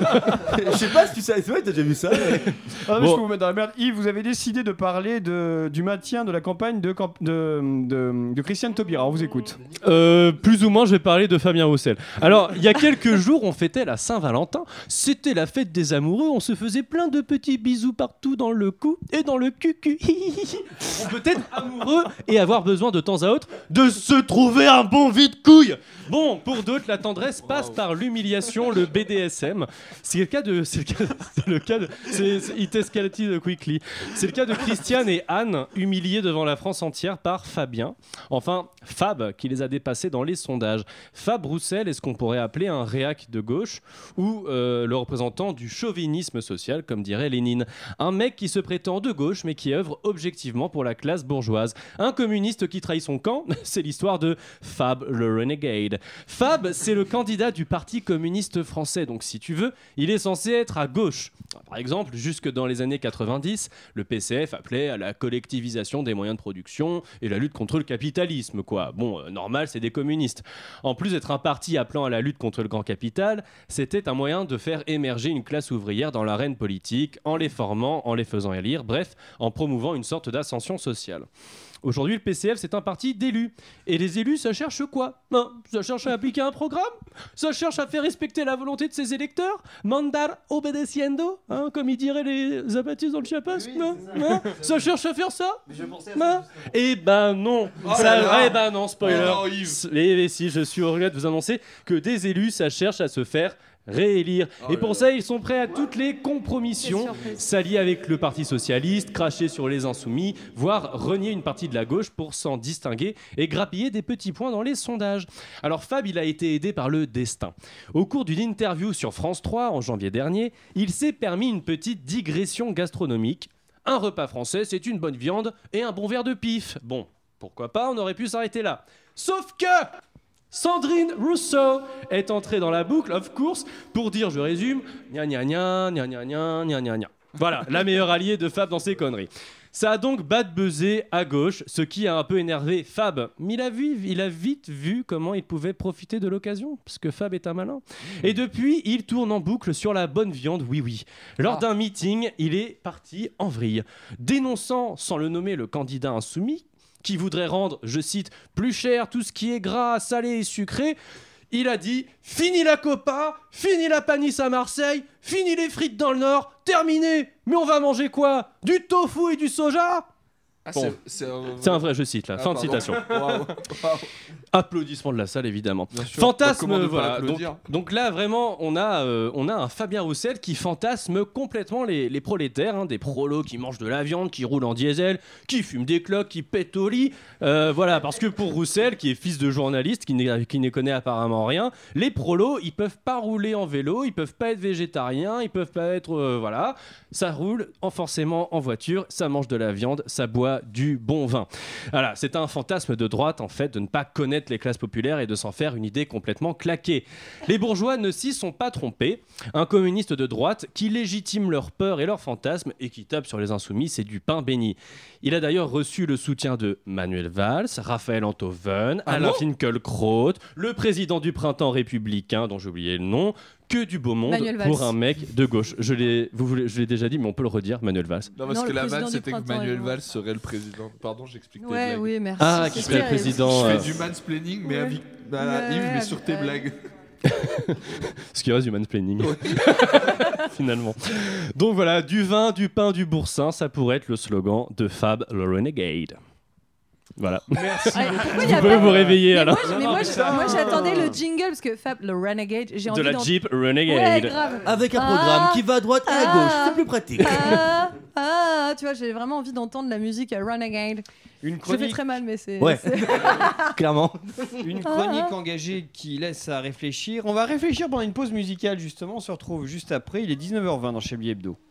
Speaker 6: Je sais pas si tu sais, c'est vrai, t'as déjà vu ça mais-
Speaker 1: Ah, mais
Speaker 6: Bon.
Speaker 1: Je peux vous mettre dans la merde. Yves, vous avez décidé de parler de, du maintien de la campagne de, camp- de, de, de Christiane Taubira. On vous écoute.
Speaker 10: Euh, plus ou moins, je vais parler de Fabien Roussel. Alors, il y a quelques jours, on fêtait la Saint-Valentin. C'était la fête des amoureux. On se faisait plein de petits bisous partout dans le cou et dans le cul-cul. [LAUGHS] on peut être amoureux et avoir besoin de temps à autre de se trouver un bon vide-couille. Bon, pour d'autres, la tendresse passe par l'humiliation, le BDSM. C'est le cas de. C'est le cas, c'est le cas de. C'est, c'est- it escalated quickly. C'est le cas de Christiane et Anne, humiliées devant la France entière par Fabien. Enfin, Fab, qui les a dépassés dans les sondages. Fab Roussel est ce qu'on pourrait appeler un réac de gauche ou euh, le représentant du chauvinisme social, comme dirait Lénine. Un mec qui se prétend de gauche, mais qui œuvre objectivement pour la classe bourgeoise. Un communiste qui trahit son camp, [LAUGHS] c'est l'histoire de Fab le Renegade. Fab, c'est le candidat du Parti communiste français, donc si tu veux, il est censé être à gauche. Par exemple, jusque dans les années 90, le PCF appelait à la collectivisation des moyens de production et la lutte contre le capitalisme, quoi. Bon, euh, normal, c'est des communistes. En plus d'être un parti appelant à la lutte contre le grand capital, c'était un moyen de faire émerger une classe ouvrière dans l'arène politique, en les formant, en les faisant élire, bref, en promouvant une sorte d'ascension sociale. Aujourd'hui, le PCF, c'est un parti d'élus. Et les élus, ça cherche quoi Hein Ça cherche à appliquer un programme Ça cherche à faire respecter la volonté de ses électeurs Mandar obedeciendo hein, Comme ils diraient les abattus dans le Chiapas non Hein Ça cherche à faire ça
Speaker 7: [LAUGHS]
Speaker 10: Hein Eh ben non
Speaker 9: Oh
Speaker 10: Ça-
Speaker 9: là là
Speaker 10: Eh ben non, spoiler
Speaker 9: Oh non, Yves.
Speaker 10: S- Et et si, je suis au regret de vous annoncer que des élus, ça cherche à se faire réélire.
Speaker 9: Oh
Speaker 10: et pour ça, ils sont prêts à toutes les compromissions, s'allier avec le Parti Socialiste, cracher sur les insoumis, voire renier une partie de la gauche pour s'en distinguer et grappiller des petits points dans les sondages. Alors Fab, il a été aidé par le destin. Au cours d'une interview sur France 3 en janvier dernier, il s'est permis une petite digression gastronomique. Un repas français, c'est une bonne viande et un bon verre de pif. Bon, pourquoi pas, on aurait pu s'arrêter là. Sauf que Sandrine Rousseau est entrée dans la boucle, of course, pour dire, je résume, gna gna gna, gna gna gna, gna gna gna. Voilà, [LAUGHS] la meilleure alliée de Fab dans ses conneries. Ça a donc bad buzzé à gauche, ce qui a un peu énervé Fab. Mais il a, vu, il a vite vu comment il pouvait profiter de l'occasion, parce que Fab est un malin. Et depuis, il tourne en boucle sur la bonne viande, oui oui. Lors d'un meeting, il est parti en vrille, dénonçant, sans le nommer, le candidat insoumis, qui voudrait rendre, je cite, plus cher tout ce qui est gras, salé et sucré, il a dit Fini la copa, fini la panisse à Marseille, fini les frites dans le Nord, terminé Mais on va manger quoi Du tofu et du soja
Speaker 9: Ah,
Speaker 10: Bon.
Speaker 9: c'est- c'est un...
Speaker 10: C'est un vrai, je cite là,
Speaker 9: Ah,
Speaker 10: fin de
Speaker 9: pardon.
Speaker 10: citation.
Speaker 9: Waouh. Waouh.
Speaker 10: Applaudissements de la salle, évidemment.
Speaker 9: sûr. Bah,
Speaker 10: Fantasme,
Speaker 9: comment ne pas
Speaker 10: voilà. Donc,
Speaker 9: l'applaudir
Speaker 10: donc là, vraiment, on a, euh, on a un Fabien Roussel qui fantasme complètement les, les prolétaires, hein, des prolos qui mangent de la viande, qui roulent en diesel, qui fument des cloques, qui pètent au lit. Euh, voilà, parce que pour Roussel, qui est fils de journaliste, qui n'est- qui ne connaît apparemment rien, les prolos, ils peuvent pas rouler en vélo, ils peuvent pas être végétariens, ils peuvent pas être. euh, voilà. Ça roule en, forcément en voiture, ça mange de la viande, ça boit du bon vin. Voilà, c'est un fantasme de droite, en fait, de ne pas connaître les classes populaires et de s'en faire une idée complètement claquée. Les bourgeois ne s'y sont pas trompés. Un communiste de droite qui légitime leur peur et leurs fantasmes et qui tape sur les insoumis, c'est du pain béni. Il a d'ailleurs reçu le soutien de Manuel Valls, Raphaël Antoven, Alain Finkielkraut, le président du printemps républicain, dont j'ai oublié le nom, que du beau monde
Speaker 7: Manuel Valls.
Speaker 10: pour un mec de gauche. Je l'ai, vous voulez- je l'ai déjà dit, mais on peut le redire, Manuel Valls.
Speaker 9: Non, parce
Speaker 7: Non,
Speaker 9: que
Speaker 7: le
Speaker 9: la
Speaker 7: président
Speaker 9: vanne,
Speaker 7: du
Speaker 9: c'était que
Speaker 7: printemps,
Speaker 9: Manuel
Speaker 7: évidemment.
Speaker 9: Valls serait le président. Pardon, j'explique tes
Speaker 7: Ouais,
Speaker 9: blagues.
Speaker 7: oui, merci.
Speaker 10: Ah, qui
Speaker 7: c'est
Speaker 10: serait le
Speaker 7: clair.
Speaker 10: président,
Speaker 9: Je
Speaker 10: euh,
Speaker 9: fais du mansplaining, mais
Speaker 7: Ouais.
Speaker 9: avec bah,
Speaker 7: Ouais,
Speaker 9: Yves, mais
Speaker 7: avec-
Speaker 9: sur tes
Speaker 7: ouais.
Speaker 9: blagues.
Speaker 10: Ce qui reste du mansplaining. [LAUGHS] Finalement. Donc voilà, du vin, du pain, du boursin, ça pourrait être le slogan de Fab le Renegade. Voilà. [LAUGHS]
Speaker 1: Merci.
Speaker 7: Ouais, Ah, pourquoi il y
Speaker 10: Vous
Speaker 7: a
Speaker 10: pouvez
Speaker 7: pas-
Speaker 10: vous réveiller
Speaker 7: Mais
Speaker 10: alors.
Speaker 7: moi, je- mais moi, je- moi, j'attendais le jingle parce que Fab, le Renegade, j'ai envie
Speaker 10: De la
Speaker 7: d'en-
Speaker 10: Jeep
Speaker 7: Ouais,
Speaker 10: Renegade.
Speaker 7: grave.
Speaker 6: Avec un
Speaker 7: Ah,
Speaker 6: programme qui va à droite et à gauche, c'est plus pratique.
Speaker 7: Ah, ah, tu vois, j'ai vraiment envie d'entendre la musique euh, Renegade.
Speaker 13: Une
Speaker 7: Je fais
Speaker 13: chronique,
Speaker 7: très mal, mais c'est.
Speaker 6: Ouais. [LAUGHS]
Speaker 7: c'est-
Speaker 6: [LAUGHS] Clairement.
Speaker 1: [LAUGHS]
Speaker 13: une
Speaker 7: Ah,
Speaker 13: chronique
Speaker 7: ah.
Speaker 13: engagée qui laisse à réfléchir. On va réfléchir pendant une pause musicale justement. On se retrouve juste après. Il est 19h20 dans Chablis Hebdo.
Speaker 11: Oh,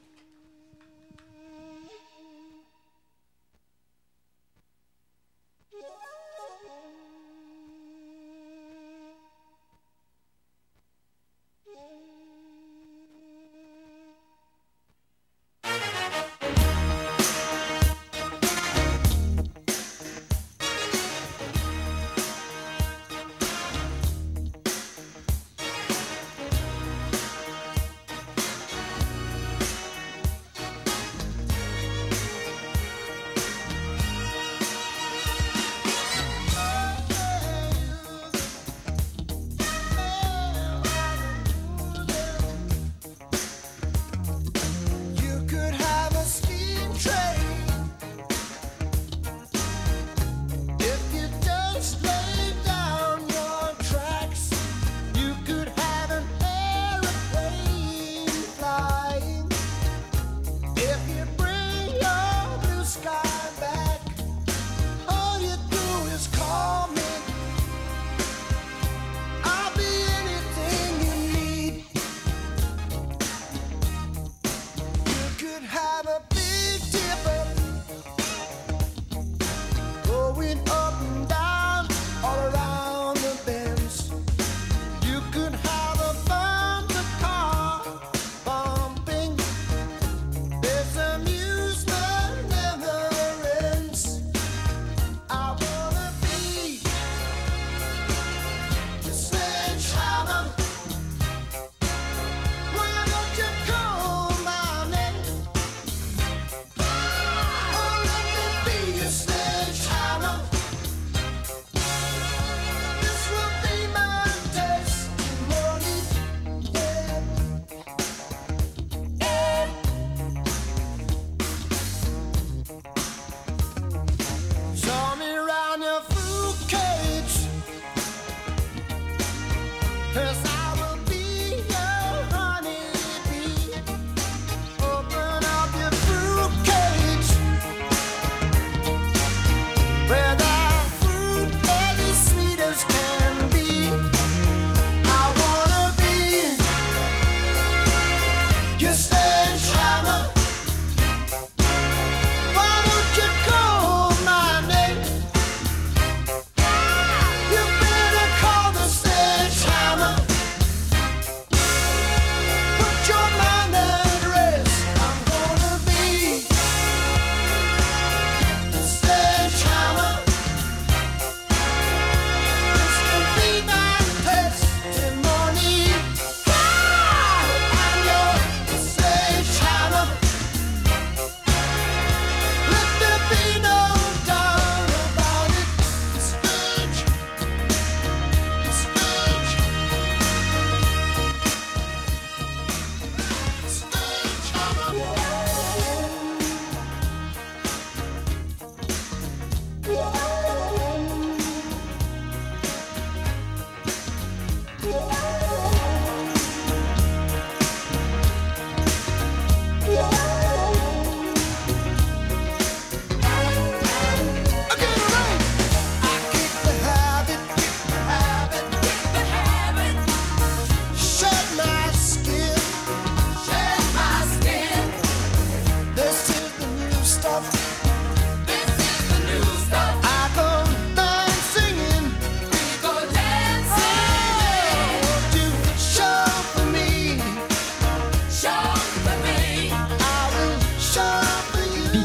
Speaker 14: hein.
Speaker 11: Oh,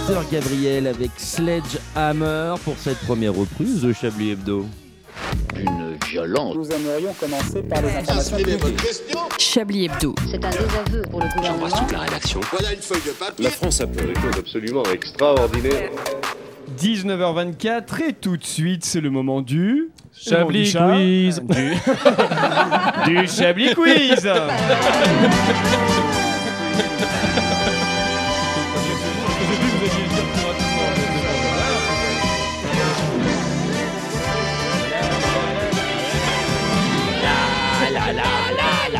Speaker 6: Peter Gabriel avec Sledgehammer pour cette première reprise de Chablis Hebdo. Une violence.
Speaker 4: Nous aimerions commencer par les informations
Speaker 8: Chablis Hebdo.
Speaker 4: C'est un désaveu pour le gouvernement.
Speaker 8: la rédaction.
Speaker 4: Voilà une feuille de papier.
Speaker 2: La France a fait des choses absolument extraordinaires.
Speaker 1: 19h24 et tout de suite, c'est le moment du.
Speaker 10: Chablis
Speaker 1: Le moment du
Speaker 10: quiz.
Speaker 13: Ah,
Speaker 1: chat.
Speaker 13: [LAUGHS]
Speaker 1: Du, du Chablis
Speaker 10: [LAUGHS]
Speaker 1: quiz
Speaker 10: Ah
Speaker 13: Ah,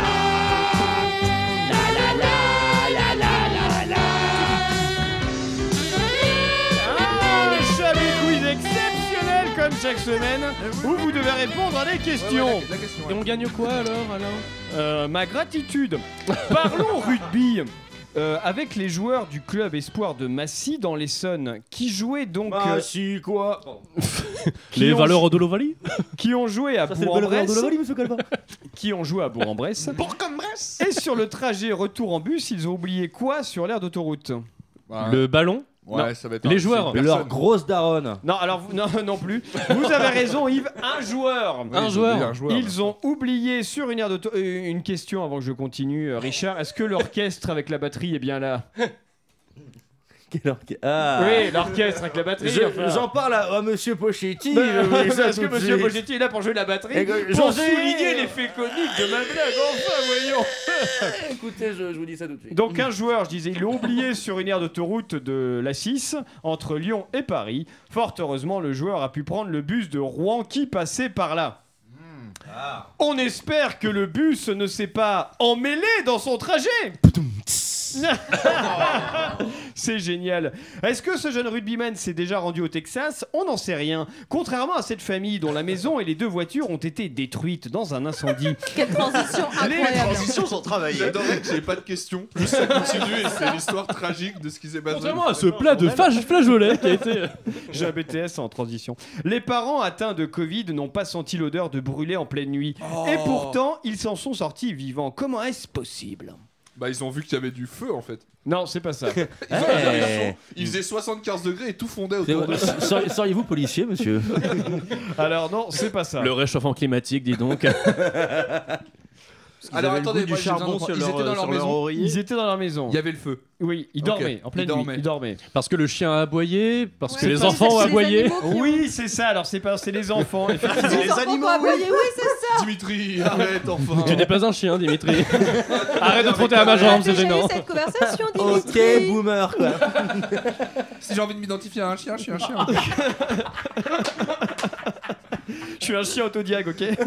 Speaker 1: Un Chablis quiz exceptionnel comme chaque semaine où vous devez répondre à des questions.
Speaker 10: Et on gagne quoi alors, Alain
Speaker 1: Euh, ma gratitude. Parlons rugby. Euh, avec les joueurs du club Espoir de Massy dans l'Essonne, qui jouaient donc.
Speaker 11: Bah,
Speaker 1: euh,
Speaker 10: Massy, quoi
Speaker 1: qui
Speaker 10: Bah, Les
Speaker 1: ont-
Speaker 10: valeurs de l'Ovalie
Speaker 1: [LAUGHS] Qui ont joué à
Speaker 10: Ça, c'est les valeurs de
Speaker 1: Bourg-en-Bresse.
Speaker 10: l'Ovalie, monsieur Colvin.
Speaker 1: Qui ont joué
Speaker 10: [LAUGHS]
Speaker 1: à Bourg-en-Bresse. Bourg-en-Bresse Et sur le trajet retour en bus, ils ont oublié quoi sur l'aire d'autoroute
Speaker 10: Le ballon
Speaker 9: Ouais,
Speaker 10: Non.
Speaker 9: ça va être
Speaker 10: Les
Speaker 9: un-
Speaker 10: joueurs
Speaker 9: c'est une personne.
Speaker 6: grosse daronne.
Speaker 1: Non, alors vous- non, non plus. Vous avez raison, Yves. Un joueur.
Speaker 10: Un ils ont joueur. oublié un joueur.
Speaker 1: Ils ont oublié sur une aire d'auto. euh, Une question avant que je continue, euh, Richard. Est-ce que l'orchestre avec la batterie est bien là
Speaker 6: [LAUGHS] Quel orchestre Ah.
Speaker 1: Oui, l'orchestre avec la batterie.
Speaker 6: Je-
Speaker 1: enfin.
Speaker 6: J'en parle à, à monsieur
Speaker 11: Bah,
Speaker 6: Pochetti.
Speaker 1: Ben,
Speaker 6: je
Speaker 11: [LAUGHS]
Speaker 6: voulais ça
Speaker 1: parce que
Speaker 6: tout de
Speaker 1: Monsieur
Speaker 6: suite.
Speaker 1: Pochetti est là pour jouer de la batterie,
Speaker 6: Et que-
Speaker 1: pour
Speaker 6: José
Speaker 1: souligner l'effet comique de ma blague. Enfin, voyons.
Speaker 6: Écoutez, je, je vous dis ça tout de suite.
Speaker 1: Donc un joueur, je disais, ils
Speaker 11: [LAUGHS]
Speaker 1: l'ont oublié sur une aire d'autoroute de la 6 entre Lyon et Paris. Fort heureusement, le joueur a pu prendre le bus de Rouen qui passait par là.
Speaker 11: Hmm, ah.
Speaker 1: On espère que le bus ne s'est pas emmêlé dans
Speaker 11: [LAUGHS]
Speaker 1: son trajet. C'est génial. Est-ce que ce jeune rugbyman s'est déjà rendu au Texas On n'en sait rien. Contrairement à cette famille dont la maison et les deux voitures ont été détruites dans un incendie.
Speaker 7: Quelle transition
Speaker 9: incroyable.
Speaker 11: sont travaillées.
Speaker 9: J'adorais que j'avais pas de questions. Juste ça continue et c'est l'histoire tragique de ce qui s'est passé.
Speaker 10: [LAUGHS] Contrairement à ce plat de flash- flageolet qui a été. euh,
Speaker 1: [LAUGHS] J'ai un BTS en transition. Les parents atteints de Covid n'ont pas senti l'odeur de brûlé en pleine nuit.
Speaker 9: Oh.
Speaker 1: Et pourtant, ils s'en sont sortis vivants. Comment est-ce possible
Speaker 9: Bah, ils ont vu qu'il y avait du feu en fait.
Speaker 1: Non, c'est pas ça.
Speaker 9: Ils ont
Speaker 10: Eh.
Speaker 9: la version. Il faisait 75 degrés et tout fondait autour de
Speaker 1: bah,
Speaker 9: [LAUGHS]
Speaker 6: Seriez-vous policier,
Speaker 1: [LAUGHS]
Speaker 6: monsieur
Speaker 1: Alors non, c'est pas ça.
Speaker 10: Le
Speaker 1: [LAUGHS]
Speaker 10: réchauffement climatique, dis donc.
Speaker 9: Alors attendez, moi, j'ai besoin d'entendre- ils étaient dans leur maison.
Speaker 1: Ils étaient dans leur maison.
Speaker 9: Il y avait le feu.
Speaker 1: Oui, ils
Speaker 9: Ok.
Speaker 1: dormaient en pleine nuit.
Speaker 9: Ils dormaient.
Speaker 1: Ils dormaient.
Speaker 10: [LAUGHS] Parce que le chien a aboyé, parce que
Speaker 1: Ouais,
Speaker 10: les
Speaker 1: parce
Speaker 10: enfants ont
Speaker 1: c'est les
Speaker 10: aboyé.
Speaker 1: animaux qui ont- Oui, c'est ça. Alors c'est pas, c'est les [LAUGHS] enfants. effectivement.
Speaker 7: Les enfants qu'on a voyés, oui, c'est ça.
Speaker 9: Dimitri, arrête enfin.
Speaker 10: Tu n'es pas un chien, Dimitri. [LAUGHS] Arrête de frotter à ma jambe, c'est
Speaker 7: J'ai eu
Speaker 10: gênant. [LAUGHS]
Speaker 7: cette
Speaker 9: [LAUGHS]
Speaker 7: conversation, Dimitri.
Speaker 6: Ok, boomer, quoi.
Speaker 9: Si j'ai envie de m'identifier à un chien, je suis un chien.
Speaker 1: Je suis un chien autodiague, ok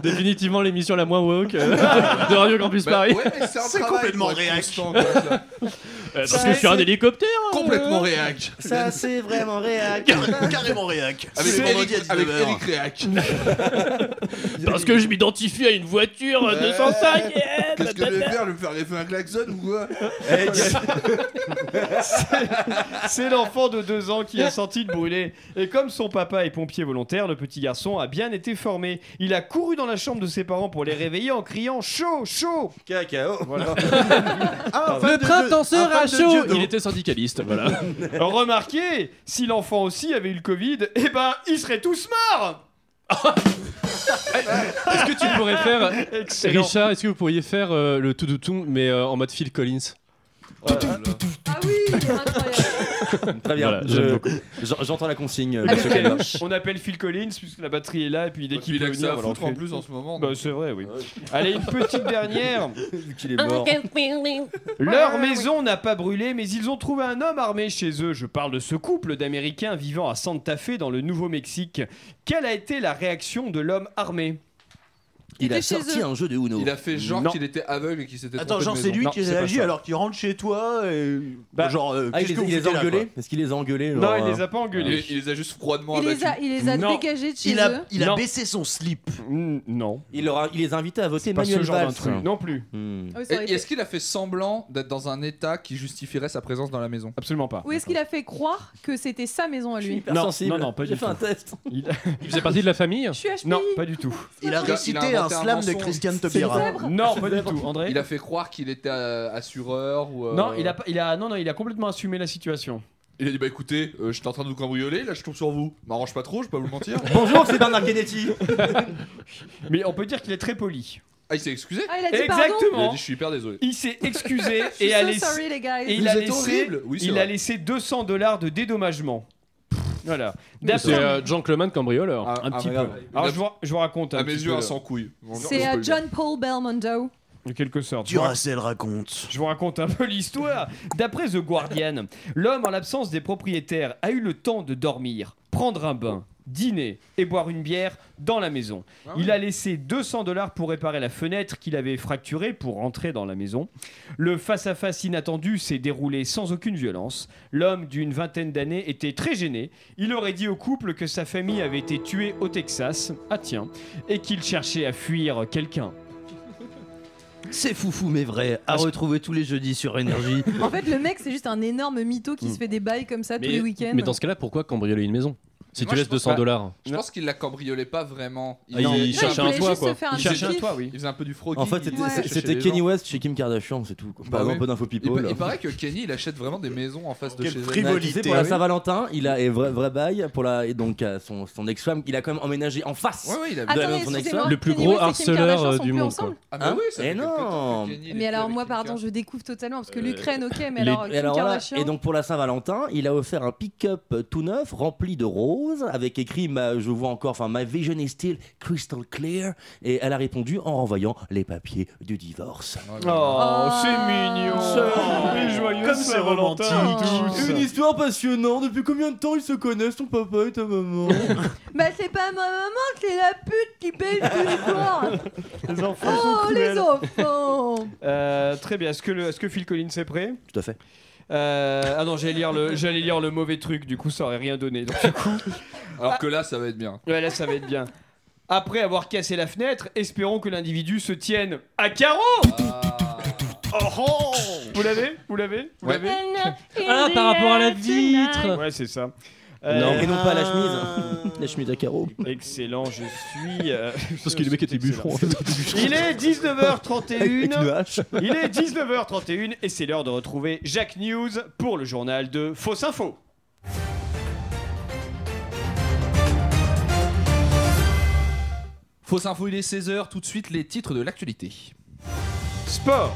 Speaker 1: [LAUGHS]
Speaker 10: Définitivement l'émission la moins woke euh, de Radio Campus
Speaker 9: Bah,
Speaker 10: Paris.
Speaker 9: ouais, mais c'est un travail pour être
Speaker 10: [LAUGHS]
Speaker 9: constant, quoi.
Speaker 6: [LAUGHS]
Speaker 10: Euh,
Speaker 9: Ça,
Speaker 10: Parce que je suis un
Speaker 9: c'est-
Speaker 10: hélicoptère.
Speaker 9: Complètement réac.
Speaker 6: Ça, c'est vraiment
Speaker 9: [LAUGHS]
Speaker 6: réac.
Speaker 11: Carrément réac.
Speaker 9: Avec
Speaker 11: C'est
Speaker 9: Eric,
Speaker 11: vendredi à 19h.
Speaker 9: avec Eric Réac.
Speaker 10: Parce que [LAUGHS] je m'identifie à une voiture euh, 205. yeah,
Speaker 9: Qu'est-ce que je vais
Speaker 10: blablabla.
Speaker 9: faire Je vais me faire les feux un klaxon
Speaker 6: [LAUGHS]
Speaker 9: ou quoi Eh,
Speaker 6: Bah,
Speaker 9: [LAUGHS]
Speaker 1: C'est l'enfant de deux ans qui a senti le brûler. Et comme son papa est pompier volontaire, le petit garçon a bien été formé. Il a couru dans la chambre de ses parents pour les réveiller en criant chaud, chaud. Ah,
Speaker 11: Cacao.
Speaker 1: [LAUGHS]
Speaker 10: Le printemps sera chaud. Il
Speaker 11: Il
Speaker 10: était
Speaker 9: [LAUGHS]
Speaker 10: syndicaliste, voilà.
Speaker 1: [LAUGHS] Remarquez, si l'enfant aussi avait eu le Covid, eh ben, ils seraient tous
Speaker 6: [LAUGHS]
Speaker 1: morts.
Speaker 10: Est-ce que tu pourrais faire,
Speaker 1: Excellent.
Speaker 10: Richard, est-ce que vous pourriez faire euh, le tout tout tout mais euh, en mode Phil Collins
Speaker 7: Ah oui, incroyable.
Speaker 6: [LAUGHS] Très bien.
Speaker 10: Voilà,
Speaker 6: je-
Speaker 10: j'aime beaucoup.
Speaker 6: j'en- J'entends la consigne. euh,
Speaker 1: On
Speaker 6: monsieur Kebab.
Speaker 1: appelle- on appelle Phil Collins puisque la batterie est là et puis dès qu'il
Speaker 9: il
Speaker 1: peut
Speaker 9: a que ça
Speaker 1: venir,
Speaker 9: à
Speaker 1: voilà, on
Speaker 9: foutre en
Speaker 1: fait-
Speaker 9: plus en ce moment,
Speaker 1: Bah,
Speaker 9: donc. euh,
Speaker 1: c'est vrai, oui. Allez, une petite
Speaker 6: [LAUGHS]
Speaker 1: dernière.
Speaker 6: qu'il
Speaker 1: Leur maison n'a pas brûlé, mais ils ont trouvé un homme armé chez eux. Je parle de ce couple d'Américains vivant à Santa Fe dans le Nouveau-Mexique. Quelle a été la réaction de l'homme armé
Speaker 6: Il Il a était chez sorti eux. un jeu de Uno.
Speaker 9: Il a fait genre qu'il était aveugle et qu'il s'était
Speaker 11: Attends,
Speaker 9: trompé de
Speaker 11: genre, c'est
Speaker 9: maison.
Speaker 11: lui
Speaker 9: Non,
Speaker 11: qui
Speaker 9: pas
Speaker 11: réagit
Speaker 9: ça.
Speaker 11: alors qu'il rentre chez toi et.
Speaker 9: Bah,
Speaker 11: genre, euh,
Speaker 6: Ah, il
Speaker 11: qu'est-ce
Speaker 6: les,
Speaker 11: que vous
Speaker 6: il les
Speaker 11: faites
Speaker 6: a
Speaker 11: là,
Speaker 6: engueulés Oh.
Speaker 11: quoi
Speaker 6: Est-ce qu'il les a engueulés
Speaker 11: Non, il les a pas engueulés.
Speaker 9: Il, il les a juste froidement
Speaker 7: Il les
Speaker 9: abattus.
Speaker 7: a, il les a dégagés de chez
Speaker 11: Il a-
Speaker 7: eux.
Speaker 11: il a baissé son slip.
Speaker 1: Non.
Speaker 6: Il, leur a- il les a invités à voter
Speaker 9: pas ce
Speaker 6: Manuel
Speaker 9: genre
Speaker 6: Valls.
Speaker 9: d'intrus.
Speaker 1: Non plus.
Speaker 7: Ah oui,
Speaker 9: Et
Speaker 7: ça aurait été-
Speaker 9: Est-ce qu'il a fait semblant d'être dans un état qui justifierait sa présence dans la maison
Speaker 1: Absolument pas.
Speaker 7: Ou est-ce qu'il a fait croire que c'était sa maison à lui
Speaker 9: Non, sensible. non, non, pas J'ai du fait tout. un
Speaker 6: test.
Speaker 1: Il...
Speaker 10: faisait partie de la famille
Speaker 7: Je suis HPI.
Speaker 1: Non, pas du tout.
Speaker 11: Il a récité un
Speaker 9: inventé
Speaker 11: slam de
Speaker 9: mensonge.
Speaker 11: Christian Taubira.
Speaker 1: Non, pas du tout. André
Speaker 9: Il a fait croire qu'il était euh, assureur ou. euh,
Speaker 1: Non, il a, pas- il a, non, non, il a complètement assumé la situation.
Speaker 9: Il a dit bah écoutez, euh, j'étais en train de vous cambrioler, là je tombe sur vous. M'arrange pas trop, je peux pas vous mentir.
Speaker 6: [LAUGHS] Bonjour, c'est Bernard Kennedy.
Speaker 1: Mais [LAUGHS] on peut dire qu'il est très poli.
Speaker 9: Ah, il s'est excusé
Speaker 7: Ah, il a dit
Speaker 1: Exactement.
Speaker 9: Il a dit je suis hyper désolé.
Speaker 1: Il s'est excusé
Speaker 7: [LAUGHS] Je suis
Speaker 1: et a
Speaker 7: so
Speaker 1: laissé,
Speaker 7: sorry, les guys.
Speaker 1: et il
Speaker 7: Vous
Speaker 1: a
Speaker 7: êtes
Speaker 1: laissé,
Speaker 7: horribles.
Speaker 9: Oui, c'est
Speaker 1: il
Speaker 9: vrai.
Speaker 1: a laissé 200 dollars de dédommagement. Voilà.
Speaker 10: C'est
Speaker 1: D'après-
Speaker 10: euh, gentleman cambrioleur.
Speaker 1: un petit peu.
Speaker 10: regarde.
Speaker 1: Alors je vous, ra- je vous raconte un
Speaker 9: À mes
Speaker 1: petit
Speaker 9: yeux,
Speaker 1: peu
Speaker 9: un
Speaker 1: le-
Speaker 9: sans couille.
Speaker 7: C'est euh, John Paul Belmondo.
Speaker 1: de quelque sorte.
Speaker 11: Duracell raconte.
Speaker 1: Je vous raconte un peu [LAUGHS] l'histoire. D'après The Guardian, l'homme, en l'absence des propriétaires, a eu le temps de dormir, prendre un bain, dîner et boire une bière dans la maison. Il a laissé 200 dollars pour réparer la fenêtre qu'il avait fracturée pour rentrer dans la maison. Le face-à-face inattendu s'est déroulé sans aucune violence. L'homme d'une vingtaine d'années était très gêné. Il aurait dit au couple que sa famille avait été tuée au Texas, ah tiens, et qu'il cherchait à fuir quelqu'un.
Speaker 12: C'est foufou mais vrai, à retrouver tous les jeudis sur
Speaker 15: E
Speaker 10: Ah
Speaker 12: Énergie.
Speaker 7: En fait, le mec, c'est juste un énorme mytho
Speaker 9: Hmm.
Speaker 7: qui se fait des bails comme ça tous les week-ends.
Speaker 10: mais dans ce cas-là, pourquoi cambrioler une maison Si tu laisses 200 dollars.
Speaker 9: Je pense qu'il la cambriolait pas vraiment.
Speaker 10: Ah, il Non.
Speaker 9: faisait-
Speaker 10: cherchait
Speaker 9: un
Speaker 10: un toit, quoi.
Speaker 9: Il cherchait un toit, oui. Il faisait un peu du froggy.
Speaker 6: En fait,
Speaker 9: il
Speaker 6: c'était-
Speaker 9: cherchait
Speaker 6: c'était
Speaker 9: les
Speaker 6: Kenny
Speaker 9: gens.
Speaker 6: West chez Kim Kardashian, c'est tout.
Speaker 9: Bah
Speaker 6: Pas
Speaker 9: oui.
Speaker 6: un peu d'info
Speaker 9: Il,
Speaker 6: people.
Speaker 9: pa- il paraît que Kenny il achète vraiment des maisons en face de
Speaker 6: Quelle
Speaker 9: chez
Speaker 6: frivolité, Tu sais, pour la Saint-Valentin, il a et vrai, vrai bail pour la et donc euh, son, son ex-femme, il a quand même emménagé en face
Speaker 9: Ouais, ouais, il a-
Speaker 6: de la maison de son
Speaker 7: Attendez,
Speaker 6: ex-femme.
Speaker 7: Le plus Kanye gros West et Kim harceleur, Kardashian euh, sont du plus monde, ensemble quoi.
Speaker 9: Ah, mais oui, ça
Speaker 6: Et
Speaker 9: fait
Speaker 6: non.
Speaker 7: Mais alors, moi, pardon, je découvre totalement parce que l'Ukraine, ok, mais
Speaker 6: Il est-
Speaker 7: alors,
Speaker 6: et
Speaker 7: Kim
Speaker 6: alors là,
Speaker 7: Kardashian.
Speaker 6: et donc pour la Saint-Valentin, il a offert un pick-up euh, tout neuf rempli de roses avec écrit ma, je vois encore enfin my vision is still crystal clear et elle a répondu en renvoyant les papiers du divorce.
Speaker 11: Ah,
Speaker 1: Oh, c'est mignon. Oh,
Speaker 6: C'est-
Speaker 1: Comme c'est romantique.
Speaker 11: hein.
Speaker 6: Une histoire passionnante. Depuis combien de temps ils se connaissent, ton papa et ta maman
Speaker 7: Bah, c'est pas ma maman, c'est la pute qui paye tout l'histoire.
Speaker 1: Les enfants sont
Speaker 7: Oh,
Speaker 1: cruels.
Speaker 7: les enfants.
Speaker 1: Euh, très bien. Est-ce que, le- est-ce que Phil Collins est prêt
Speaker 6: Tout à fait.
Speaker 1: Euh, ah non, j'allais lire, le, j'allais lire le mauvais truc, du coup ça aurait rien donné. Donc, du coup,
Speaker 9: Alors que là, ça va être bien.
Speaker 1: ouais, là ça va être bien. Après avoir cassé la fenêtre, espérons que l'individu se tienne à carreau Oh, oh Vous l'avez Vous l'avez Vous
Speaker 10: Ouais.
Speaker 1: [LAUGHS] l'avez
Speaker 10: Ah, par rapport à la vitre
Speaker 1: Ouais, c'est ça. Euh,
Speaker 6: Non. Et non pas
Speaker 1: [LAUGHS]
Speaker 6: la chemise. la chemise à carreaux.
Speaker 1: Excellent, je suis. euh,
Speaker 10: [LAUGHS] Parce que le mec était bûcheron. en fait.
Speaker 1: Il est
Speaker 6: Avec une
Speaker 1: 19h31.
Speaker 6: hache.
Speaker 1: Il est 19h31 et c'est l'heure de retrouver Jacques News pour le journal de Fausse Info.
Speaker 9: Fausse info, il est 16h, tout de suite les titres de l'actualité.
Speaker 1: Sport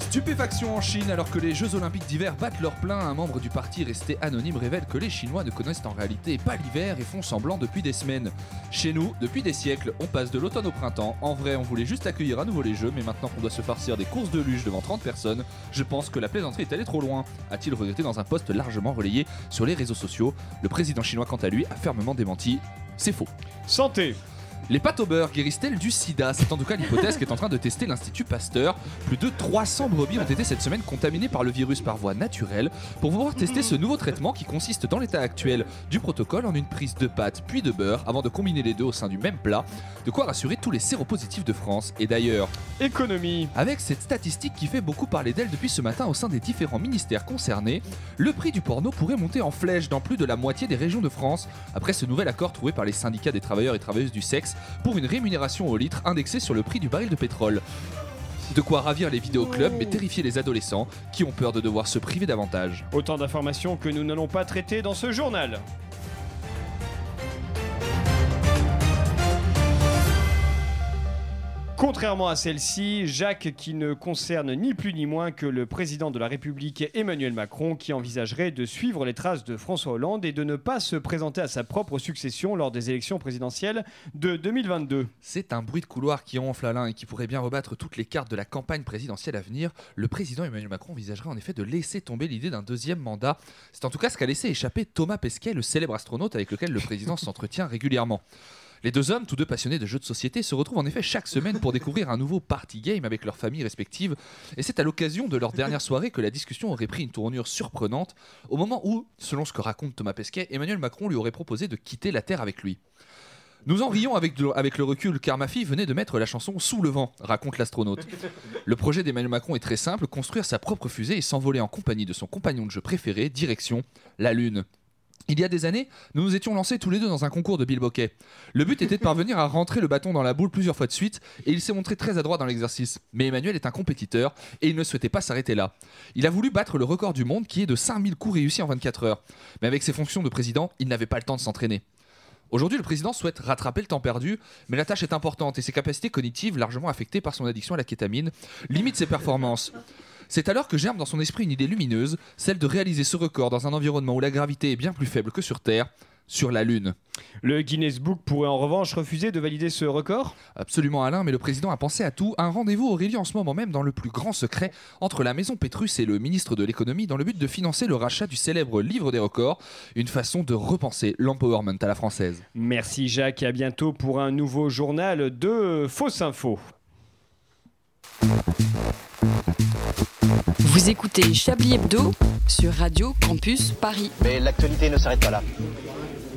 Speaker 9: Stupéfaction en Chine alors que les Jeux Olympiques d'hiver battent leur plein, un membre du parti resté anonyme révèle que les Chinois ne connaissent en réalité pas l'hiver et font semblant depuis des semaines. Chez nous, depuis des siècles, on passe de l'automne au printemps. En vrai, on voulait juste accueillir à nouveau les Jeux, mais maintenant qu'on doit se farcir des courses de luge devant 30 personnes, je pense que la plaisanterie est allée trop loin, a-t-il regretté dans un post largement relayé sur les réseaux sociaux. Le président chinois, quant à lui, a fermement démenti. C'est faux.
Speaker 1: Santé
Speaker 9: les pâtes au beurre guérissent-elles du sida C'est en tout cas l'hypothèse qu'est en train de tester l'Institut Pasteur. Plus de 300 brebis ont été cette semaine contaminées par le virus par voie naturelle pour pouvoir tester ce nouveau traitement qui consiste dans l'état actuel du protocole en une prise de pâtes puis de beurre avant de combiner les deux au sein du même plat. De quoi rassurer tous les séropositifs de France. Et d'ailleurs,
Speaker 1: économie.
Speaker 9: Avec cette statistique qui fait beaucoup parler d'elle depuis ce matin au sein des différents ministères concernés, le prix du porno pourrait monter en flèche dans plus de la moitié des régions de France après ce nouvel accord trouvé par les syndicats des travailleurs et travailleuses du sexe pour une rémunération au litre indexée sur le prix du baril de pétrole. De quoi ravir les vidéoclubs mais terrifier les adolescents qui ont peur de devoir se priver davantage.
Speaker 1: Autant d'informations que nous n'allons pas traiter dans ce journal. Contrairement à celle-ci, Jacques qui ne concerne ni plus ni moins que le président de la République Emmanuel Macron qui envisagerait de suivre les traces de François Hollande et de ne pas se présenter à sa propre succession lors des élections présidentielles de 2022.
Speaker 9: C'est un bruit de couloir qui enfle Alain et qui pourrait bien rebattre toutes les cartes de la campagne présidentielle à venir. Le président Emmanuel Macron envisagerait en effet de laisser tomber l'idée d'un deuxième mandat. C'est en tout cas ce qu'a laissé échapper Thomas Pesquet, le célèbre astronaute avec lequel le président [LAUGHS] s'entretient régulièrement. Les deux hommes, tous deux passionnés de jeux de société, se retrouvent en effet chaque semaine pour découvrir un nouveau party game avec leurs familles respectives. Et c'est à l'occasion de leur dernière soirée que la discussion aurait pris une tournure surprenante, au moment où, selon ce que raconte Thomas Pesquet, Emmanuel Macron lui aurait proposé de quitter la Terre avec lui. Nous en rions avec, de- avec le recul car ma fille venait de mettre la chanson Sous le vent, raconte l'astronaute. Le projet d'Emmanuel Macron est très simple, construire sa propre fusée et s'envoler en compagnie de son compagnon de jeu préféré, direction la Lune. Il y a des années, nous nous étions lancés tous les deux dans un concours de bilboquet. Le but était de parvenir à rentrer le bâton dans la boule plusieurs fois de suite, et il s'est montré très adroit dans l'exercice. Mais Emmanuel est un compétiteur, et il ne souhaitait pas s'arrêter là. Il a voulu battre le record du monde qui est de 5000 coups réussis en 24 heures. Mais avec ses fonctions de président, il n'avait pas le temps de s'entraîner. Aujourd'hui, le président souhaite rattraper le temps perdu, mais la tâche est importante et ses capacités cognitives largement affectées par son addiction à la kétamine limitent ses performances. C'est alors que germe dans son esprit une idée lumineuse, celle de réaliser ce record dans un environnement où la gravité est bien plus faible que sur Terre, sur la Lune.
Speaker 1: Le Guinness Book pourrait en revanche refuser de valider ce record
Speaker 9: Absolument Alain, mais le président a pensé à tout. Un rendez-vous aurait lieu en ce moment même dans le plus grand secret entre la maison Pétrus et le ministre de l'économie dans le but de financer le rachat du célèbre livre des records, une façon de repenser l'empowerment à la française.
Speaker 1: Merci Jacques et à bientôt pour un nouveau journal de euh, Fausse Info.
Speaker 8: Vous écoutez Chablis Hebdo sur Radio Campus Paris.
Speaker 3: Mais l'actualité ne s'arrête pas là.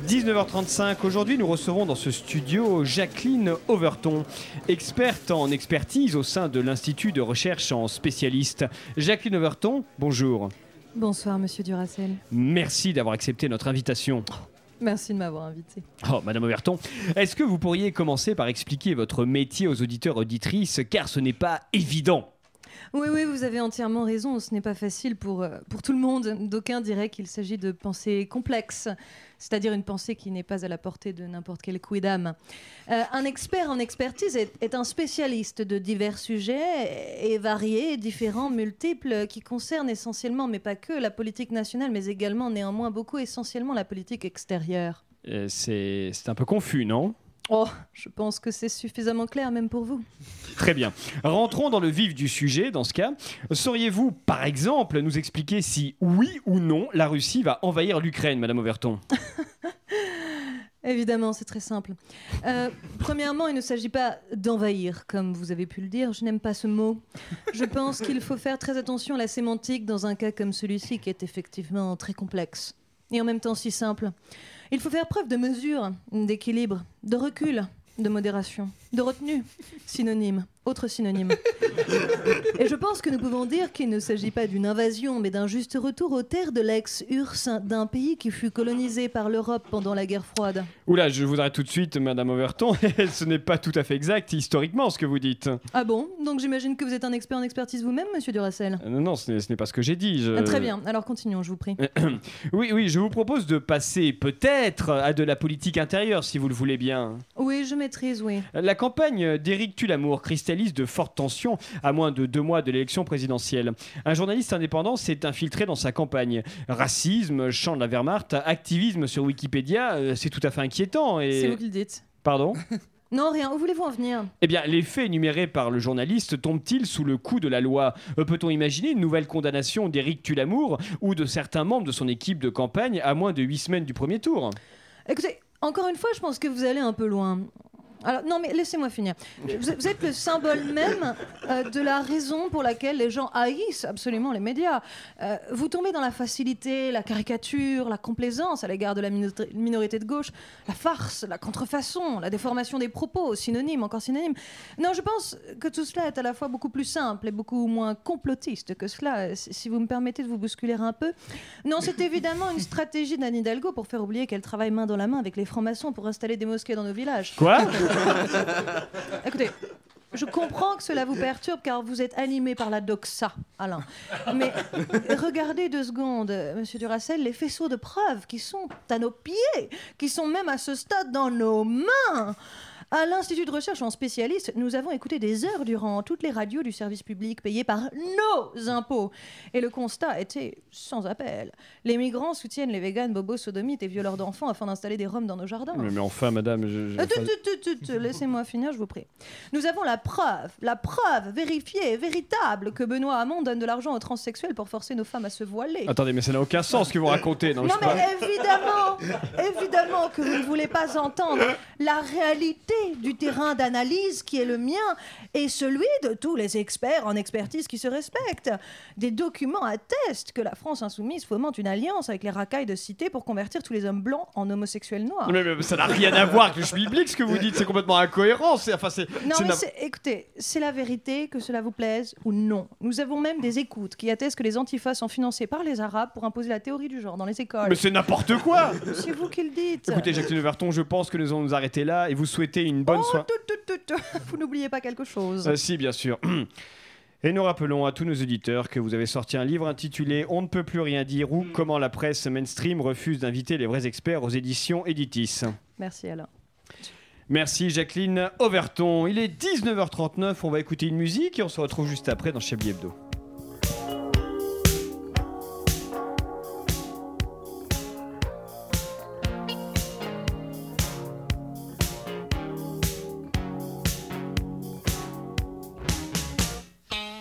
Speaker 1: 19h35, aujourd'hui nous recevons dans ce studio Jacqueline Overton, experte en expertise au sein de l'Institut de recherche en spécialiste. Jacqueline Overton, bonjour.
Speaker 7: Bonsoir, monsieur Duracel.
Speaker 1: Merci d'avoir accepté notre invitation.
Speaker 7: Merci de m'avoir invité.
Speaker 1: Oh, Madame Overton, est-ce que vous pourriez commencer par expliquer votre métier aux auditeurs auditrices, car ce n'est pas évident
Speaker 7: Oui, oui, vous avez entièrement raison. Ce n'est pas facile pour, euh, pour tout le monde. D'aucuns diraient qu'il s'agit de pensée complexe, c'est-à-dire une pensée qui n'est pas à la portée de n'importe quel quidam. Euh, un expert en expertise est, est un spécialiste de divers sujets et et variés, différents, multiples, euh, qui concernent essentiellement, mais pas que, la politique nationale, mais également, néanmoins, beaucoup essentiellement la politique extérieure.
Speaker 1: Euh, C'est c'est un peu confus, non
Speaker 7: Oh, je pense que c'est suffisamment clair, même pour vous.
Speaker 1: Très bien. Rentrons dans le vif du sujet dans ce cas. Sauriez-vous, par exemple, nous expliquer si oui ou non la Russie va envahir l'Ukraine, Madame Overton
Speaker 7: Évidemment, c'est très simple. Euh, premièrement, il ne s'agit pas d'envahir, comme vous avez pu le dire. Je n'aime pas ce mot. Je pense qu'il faut faire très attention à la sémantique dans un cas comme celui-ci, qui est effectivement très complexe et en même temps si simple. Il faut faire preuve de mesure, d'équilibre, de recul, de modération, de retenue. Synonyme, autre synonyme. Et je pense que nous pouvons dire qu'il ne s'agit pas d'une invasion, mais d'un juste retour aux terres de l'ex-URSS, d'un pays qui fut colonisé par l'Europe pendant la guerre froide.
Speaker 1: Oula, je vous arrête tout de suite, Madame Overton. [LAUGHS] ce n'est pas tout à fait exact historiquement ce que vous dites. Euh,
Speaker 7: Ah bon Donc j'imagine que vous êtes un expert en expertise vous-même, monsieur Duracel
Speaker 1: Euh, Non, non, ce n'est ce n'est pas ce que j'ai dit. je-
Speaker 7: Ah, Très bien, alors continuons, je vous
Speaker 1: Euh.
Speaker 7: prie.
Speaker 1: [CLEARS THROAT] oui, oui, je vous propose de passer peut-être à de la politique intérieure, si vous le voulez bien.
Speaker 7: Oui, je maîtrise, oui.
Speaker 1: La campagne d'Éric Tullamour cristallise de fortes tensions à moins de deux mois de l'élection présidentielle. Un journaliste indépendant s'est infiltré dans sa campagne. Racisme, chant de la Wehrmacht, activisme sur Wikipédia, euh, c'est tout à fait inquiétant. Et...
Speaker 7: C'est vous qui le dites. [LAUGHS]
Speaker 1: Pardon
Speaker 7: Non, rien, où voulez-vous en venir
Speaker 1: Eh bien, les faits énumérés par le journaliste tombent-ils sous le coup de la loi Euh, Peut-on imaginer une nouvelle condamnation d'Éric Tullamour ou de certains membres de son équipe de campagne à moins de huit semaines du premier tour
Speaker 7: Écoutez, encore une fois, je pense que vous allez un peu loin. Alors, non, mais laissez-moi finir. Vous, vous êtes le symbole même euh, de la raison pour laquelle les gens haïssent absolument les médias. Euh, vous tombez dans la facilité, la caricature, la complaisance à l'égard de la minotri- minorité de gauche, la farce, la contrefaçon, la déformation des propos, synonyme, encore synonyme. Non, je pense que tout cela est à la fois beaucoup plus simple et beaucoup moins complotiste que cela, si si vous me permettez de vous bousculer un peu. Non, c'est évidemment une stratégie d'Anne Hidalgo pour faire oublier qu'elle travaille main dans la main avec les francs-maçons pour installer des mosquées dans nos villages.
Speaker 1: Quoi
Speaker 7: [LAUGHS] Écoutez, je comprends que cela vous perturbe car vous êtes animé par la doxa, Alain. Mais regardez deux secondes, euh, monsieur Duracel, les faisceaux de preuves qui sont à nos pieds, qui sont même à ce stade dans nos mains. À l'Institut de recherche en spécialiste, nous avons écouté des heures durant toutes les radios du service public payées par nos impôts. Et le constat était sans appel. Les migrants soutiennent les véganes, bobos, sodomites et violeurs d'enfants afin d'installer des roms dans nos jardins.
Speaker 1: Mais, mais enfin, madame, je- je-
Speaker 7: Euh, tut, tut, tut, tut, Laissez-moi finir, je vous prie. Nous avons la preuve, la preuve vérifiée, véritable, que Benoît Hamon donne de l'argent aux transsexuels pour forcer nos femmes à se voiler.
Speaker 1: Attendez, mais ça n'a aucun sens ce que vous racontez. Non,
Speaker 7: Non,
Speaker 1: je sais
Speaker 7: mais euh,
Speaker 1: pas.
Speaker 7: évidemment, évidemment que vous ne voulez pas entendre la réalité du terrain d'analyse qui est le mien et celui de tous les experts en expertise qui se respectent. Des documents attestent que la France insoumise fomente une alliance avec les racailles de cité pour convertir tous les hommes blancs en homosexuels noirs.
Speaker 1: Non, mais, mais ça n'a rien à voir avec le schmilblick ce que vous dites, c'est complètement incohérent. C'est, enfin, c'est,
Speaker 7: Non,
Speaker 1: c'est
Speaker 7: mais
Speaker 1: na-
Speaker 7: c'est- écoutez, c'est la vérité, que cela vous plaise ou non. Nous avons même des écoutes qui attestent que les antifas sont financés par les Arabes pour imposer la théorie du genre dans les écoles.
Speaker 1: mais c'est n'importe quoi
Speaker 7: [LAUGHS] C'est vous qui le dites.
Speaker 1: Écoutez, Jacqueline Verton, je pense que nous allons nous arrêter là et vous souhaiter une
Speaker 7: Oh,
Speaker 1: bonne soirée.
Speaker 7: [LAUGHS] Vous n'oubliez pas quelque chose.
Speaker 1: Euh, si, bien sûr. [CLEARS THROAT] Et nous rappelons à tous nos auditeurs que vous avez sorti un livre intitulé On ne peut plus rien dire ou comment la presse mainstream refuse d'inviter les vrais experts aux éditions Editis.
Speaker 7: Merci Alain.
Speaker 1: Merci Jacqueline Overton. Il est 19h39, on va écouter une musique et on se retrouve juste après dans Chablis Hebdo.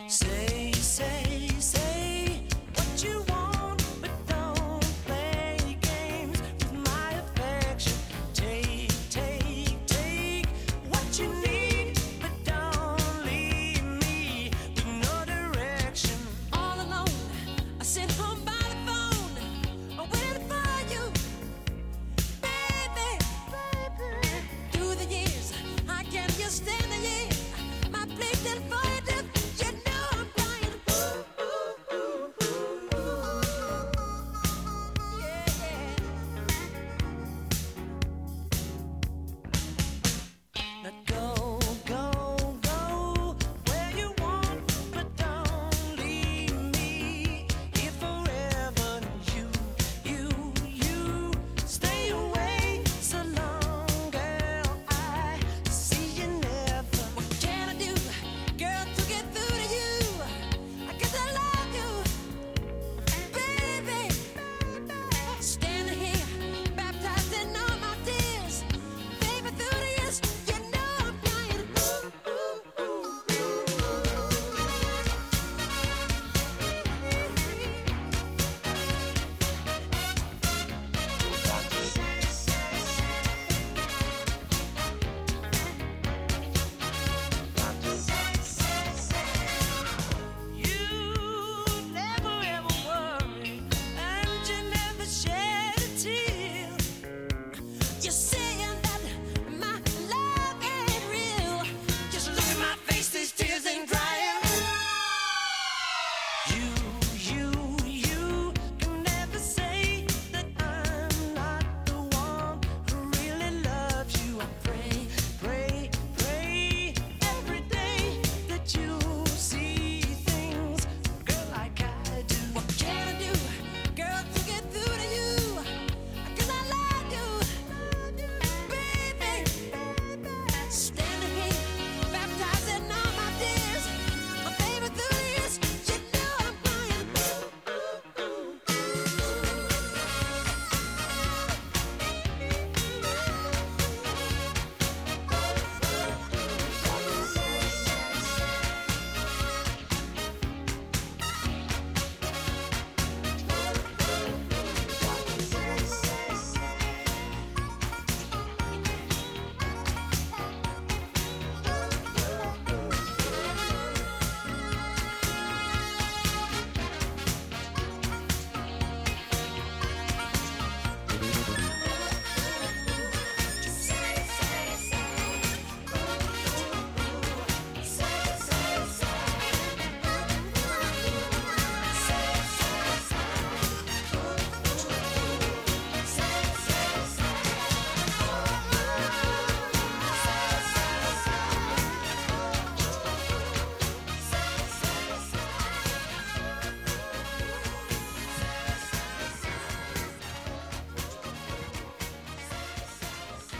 Speaker 14: Say, say, say what you want, but don't play games with my affection. Take, take, take what you need, but don't leave me with no direction.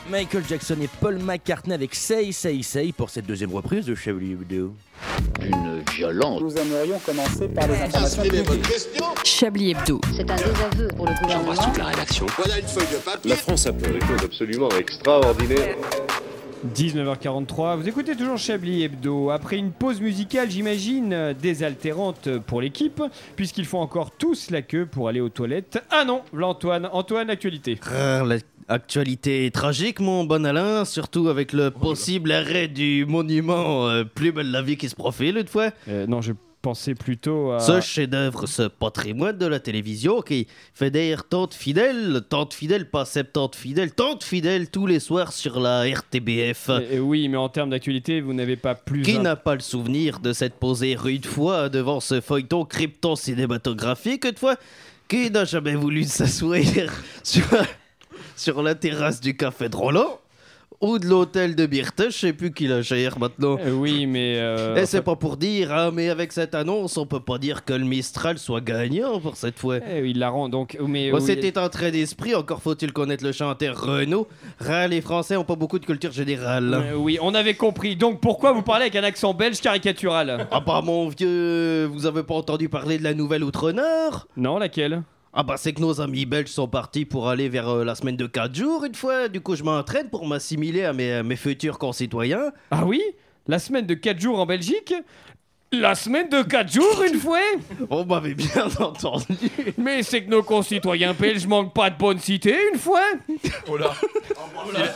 Speaker 6: Michael Jackson et Paul McCartney avec Say Say Say pour cette deuxième reprise de Chablis Hebdo. Une violence.
Speaker 4: Nous aimerions commencer par les informations publiques.
Speaker 8: Chablis Hebdo.
Speaker 4: C'est un désaveu pour le gouvernement.
Speaker 2: la rédaction. Voilà une feuille de papier. La France a fait des choses absolument extraordinaires.
Speaker 1: 19h43, vous écoutez toujours Chablis Hebdo. Après une pause musicale, j'imagine, euh, désaltérante pour l'équipe, puisqu'ils font encore tous la queue pour aller aux toilettes. Ah non, l'Antoine, Antoine, actualité.
Speaker 15: Actualité tragique, mon bon Alain, surtout avec
Speaker 10: Oh
Speaker 15: le possible arrêt du monument euh, Plus belle la vie qui se profile une fois.
Speaker 1: Euh, non, je pensais plutôt à.
Speaker 15: Ce chef-d'œuvre, ce patrimoine de la télévision qui fédère tant de fidèles, tant de fidèles, pas septante fidèles, tant de fidèles tous les soirs sur la RTBF.
Speaker 1: Eh, eh oui, mais en termes d'actualité, vous n'avez pas plus.
Speaker 15: Qui
Speaker 1: un-
Speaker 15: n'a pas le souvenir de s'être posé une fois devant ce feuilleton crypto-cinématographique une fois Qui n'a jamais voulu s'asseoir [LAUGHS] sur, sur la terrasse du café de Roland ou de l'hôtel de Birte, je sais plus qui la gère maintenant.
Speaker 1: Euh, oui, mais. euh,
Speaker 15: Et c'est pas pour dire, hein, mais avec cette annonce, on peut pas dire que le Mistral soit gagnant pour cette fois.
Speaker 1: Eh il la rend donc. Mais,
Speaker 15: Bon,
Speaker 1: oui.
Speaker 15: C'était un trait d'esprit, encore faut-il connaître le chanteur Renaud. Hein, les Français ont pas beaucoup de culture générale.
Speaker 1: Euh, oui, on avait compris. Donc pourquoi vous parlez avec un accent belge caricatural
Speaker 15: [LAUGHS] Ah bah mon vieux, vous avez pas entendu parler de la nouvelle Outre-Nord
Speaker 1: Non, laquelle
Speaker 15: ah bah c'est que nos amis belges sont partis pour aller vers euh, la semaine de 4 jours une fois, du coup je m'entraîne pour m'assimiler à mes, à mes futurs concitoyens.
Speaker 1: Ah oui La semaine de 4 jours en Belgique La semaine de 4 jours une
Speaker 6: [LAUGHS]
Speaker 1: fois
Speaker 15: On m'avait bien entendu.
Speaker 1: Mais c'est que nos concitoyens belges manquent pas de bonne cité une fois
Speaker 9: Oh là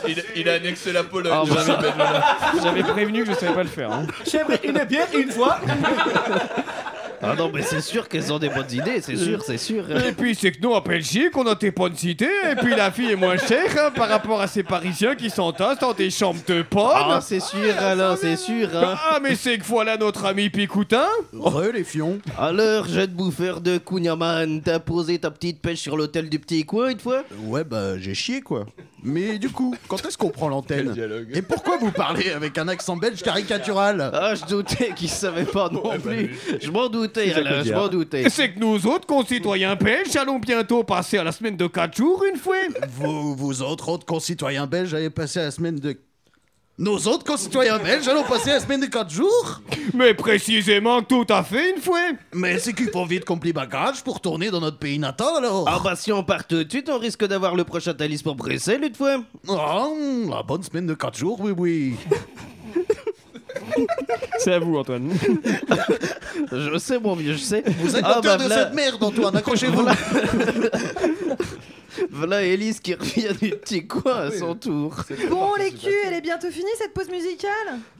Speaker 9: il, il- il a annexé la Pologne.
Speaker 1: Ah, bah.
Speaker 9: Jérémy Benvenable.
Speaker 1: [LAUGHS] J'avais prévenu que je savais pas le faire. hein.
Speaker 6: J'aimerais une bière une fois.
Speaker 15: Ah non mais c'est sûr qu'elles ont des bonnes idées, c'est sûr, c'est sûr.
Speaker 11: Euh,
Speaker 1: Et puis c'est que nous en Belgique on a des bonnes cités et puis la fille est moins chère hein, par rapport à ces Parisiens qui s'entassent dans des chambres de pommes.
Speaker 15: Ah c'est sûr alors, c'est sûr. hein.
Speaker 1: Ah mais c'est que voilà notre ami Picoutin
Speaker 15: Ouais, les fions. Alors, jeune bouffeur de Kunyaman, t'as posé ta petite pêche sur l'hôtel du petit coin une fois
Speaker 11: Ouais, bah j'ai chié quoi. Mais du coup, quand est-ce qu'on prend l'antenne Et pourquoi vous parlez avec un accent belge caricatural
Speaker 15: Ah, je doutais qu'il savait pas non plus. Je m'en doutais,
Speaker 11: C'est
Speaker 15: Alain, je
Speaker 11: Jacques
Speaker 15: m'en
Speaker 11: Audiard.
Speaker 15: doutais.
Speaker 1: Et c'est que nous autres concitoyens belges allons bientôt passer à la semaine de 4 jours une fois.
Speaker 11: Vous, vous autres, autres concitoyens belges, avez passé la semaine de. Nos autres concitoyens belges allons passer la semaine de 4 jours
Speaker 1: Mais précisément, tout à fait une fois
Speaker 11: Mais c'est qu'il faut vite qu'on plie bagage pour tourner dans notre pays natal alors
Speaker 15: Ah bah si on part tout de suite, on risque d'avoir le prochain Thalys pour Bruxelles une fois.
Speaker 11: Ah, la bonne semaine de 4 jours, oui, oui
Speaker 1: [LAUGHS] C'est à vous, Antoine.
Speaker 15: [LAUGHS] Je sais, mon vieux, je sais.
Speaker 11: Vous êtes
Speaker 15: Ah,
Speaker 11: l'auteur
Speaker 15: bah,
Speaker 11: de
Speaker 15: v'là-
Speaker 11: cette merde, Antoine, accrochez-vous
Speaker 15: [LAUGHS] Voilà Elise qui revient du petit coin à son tour.
Speaker 7: Bon, les culs, elle est bientôt finie cette pause musicale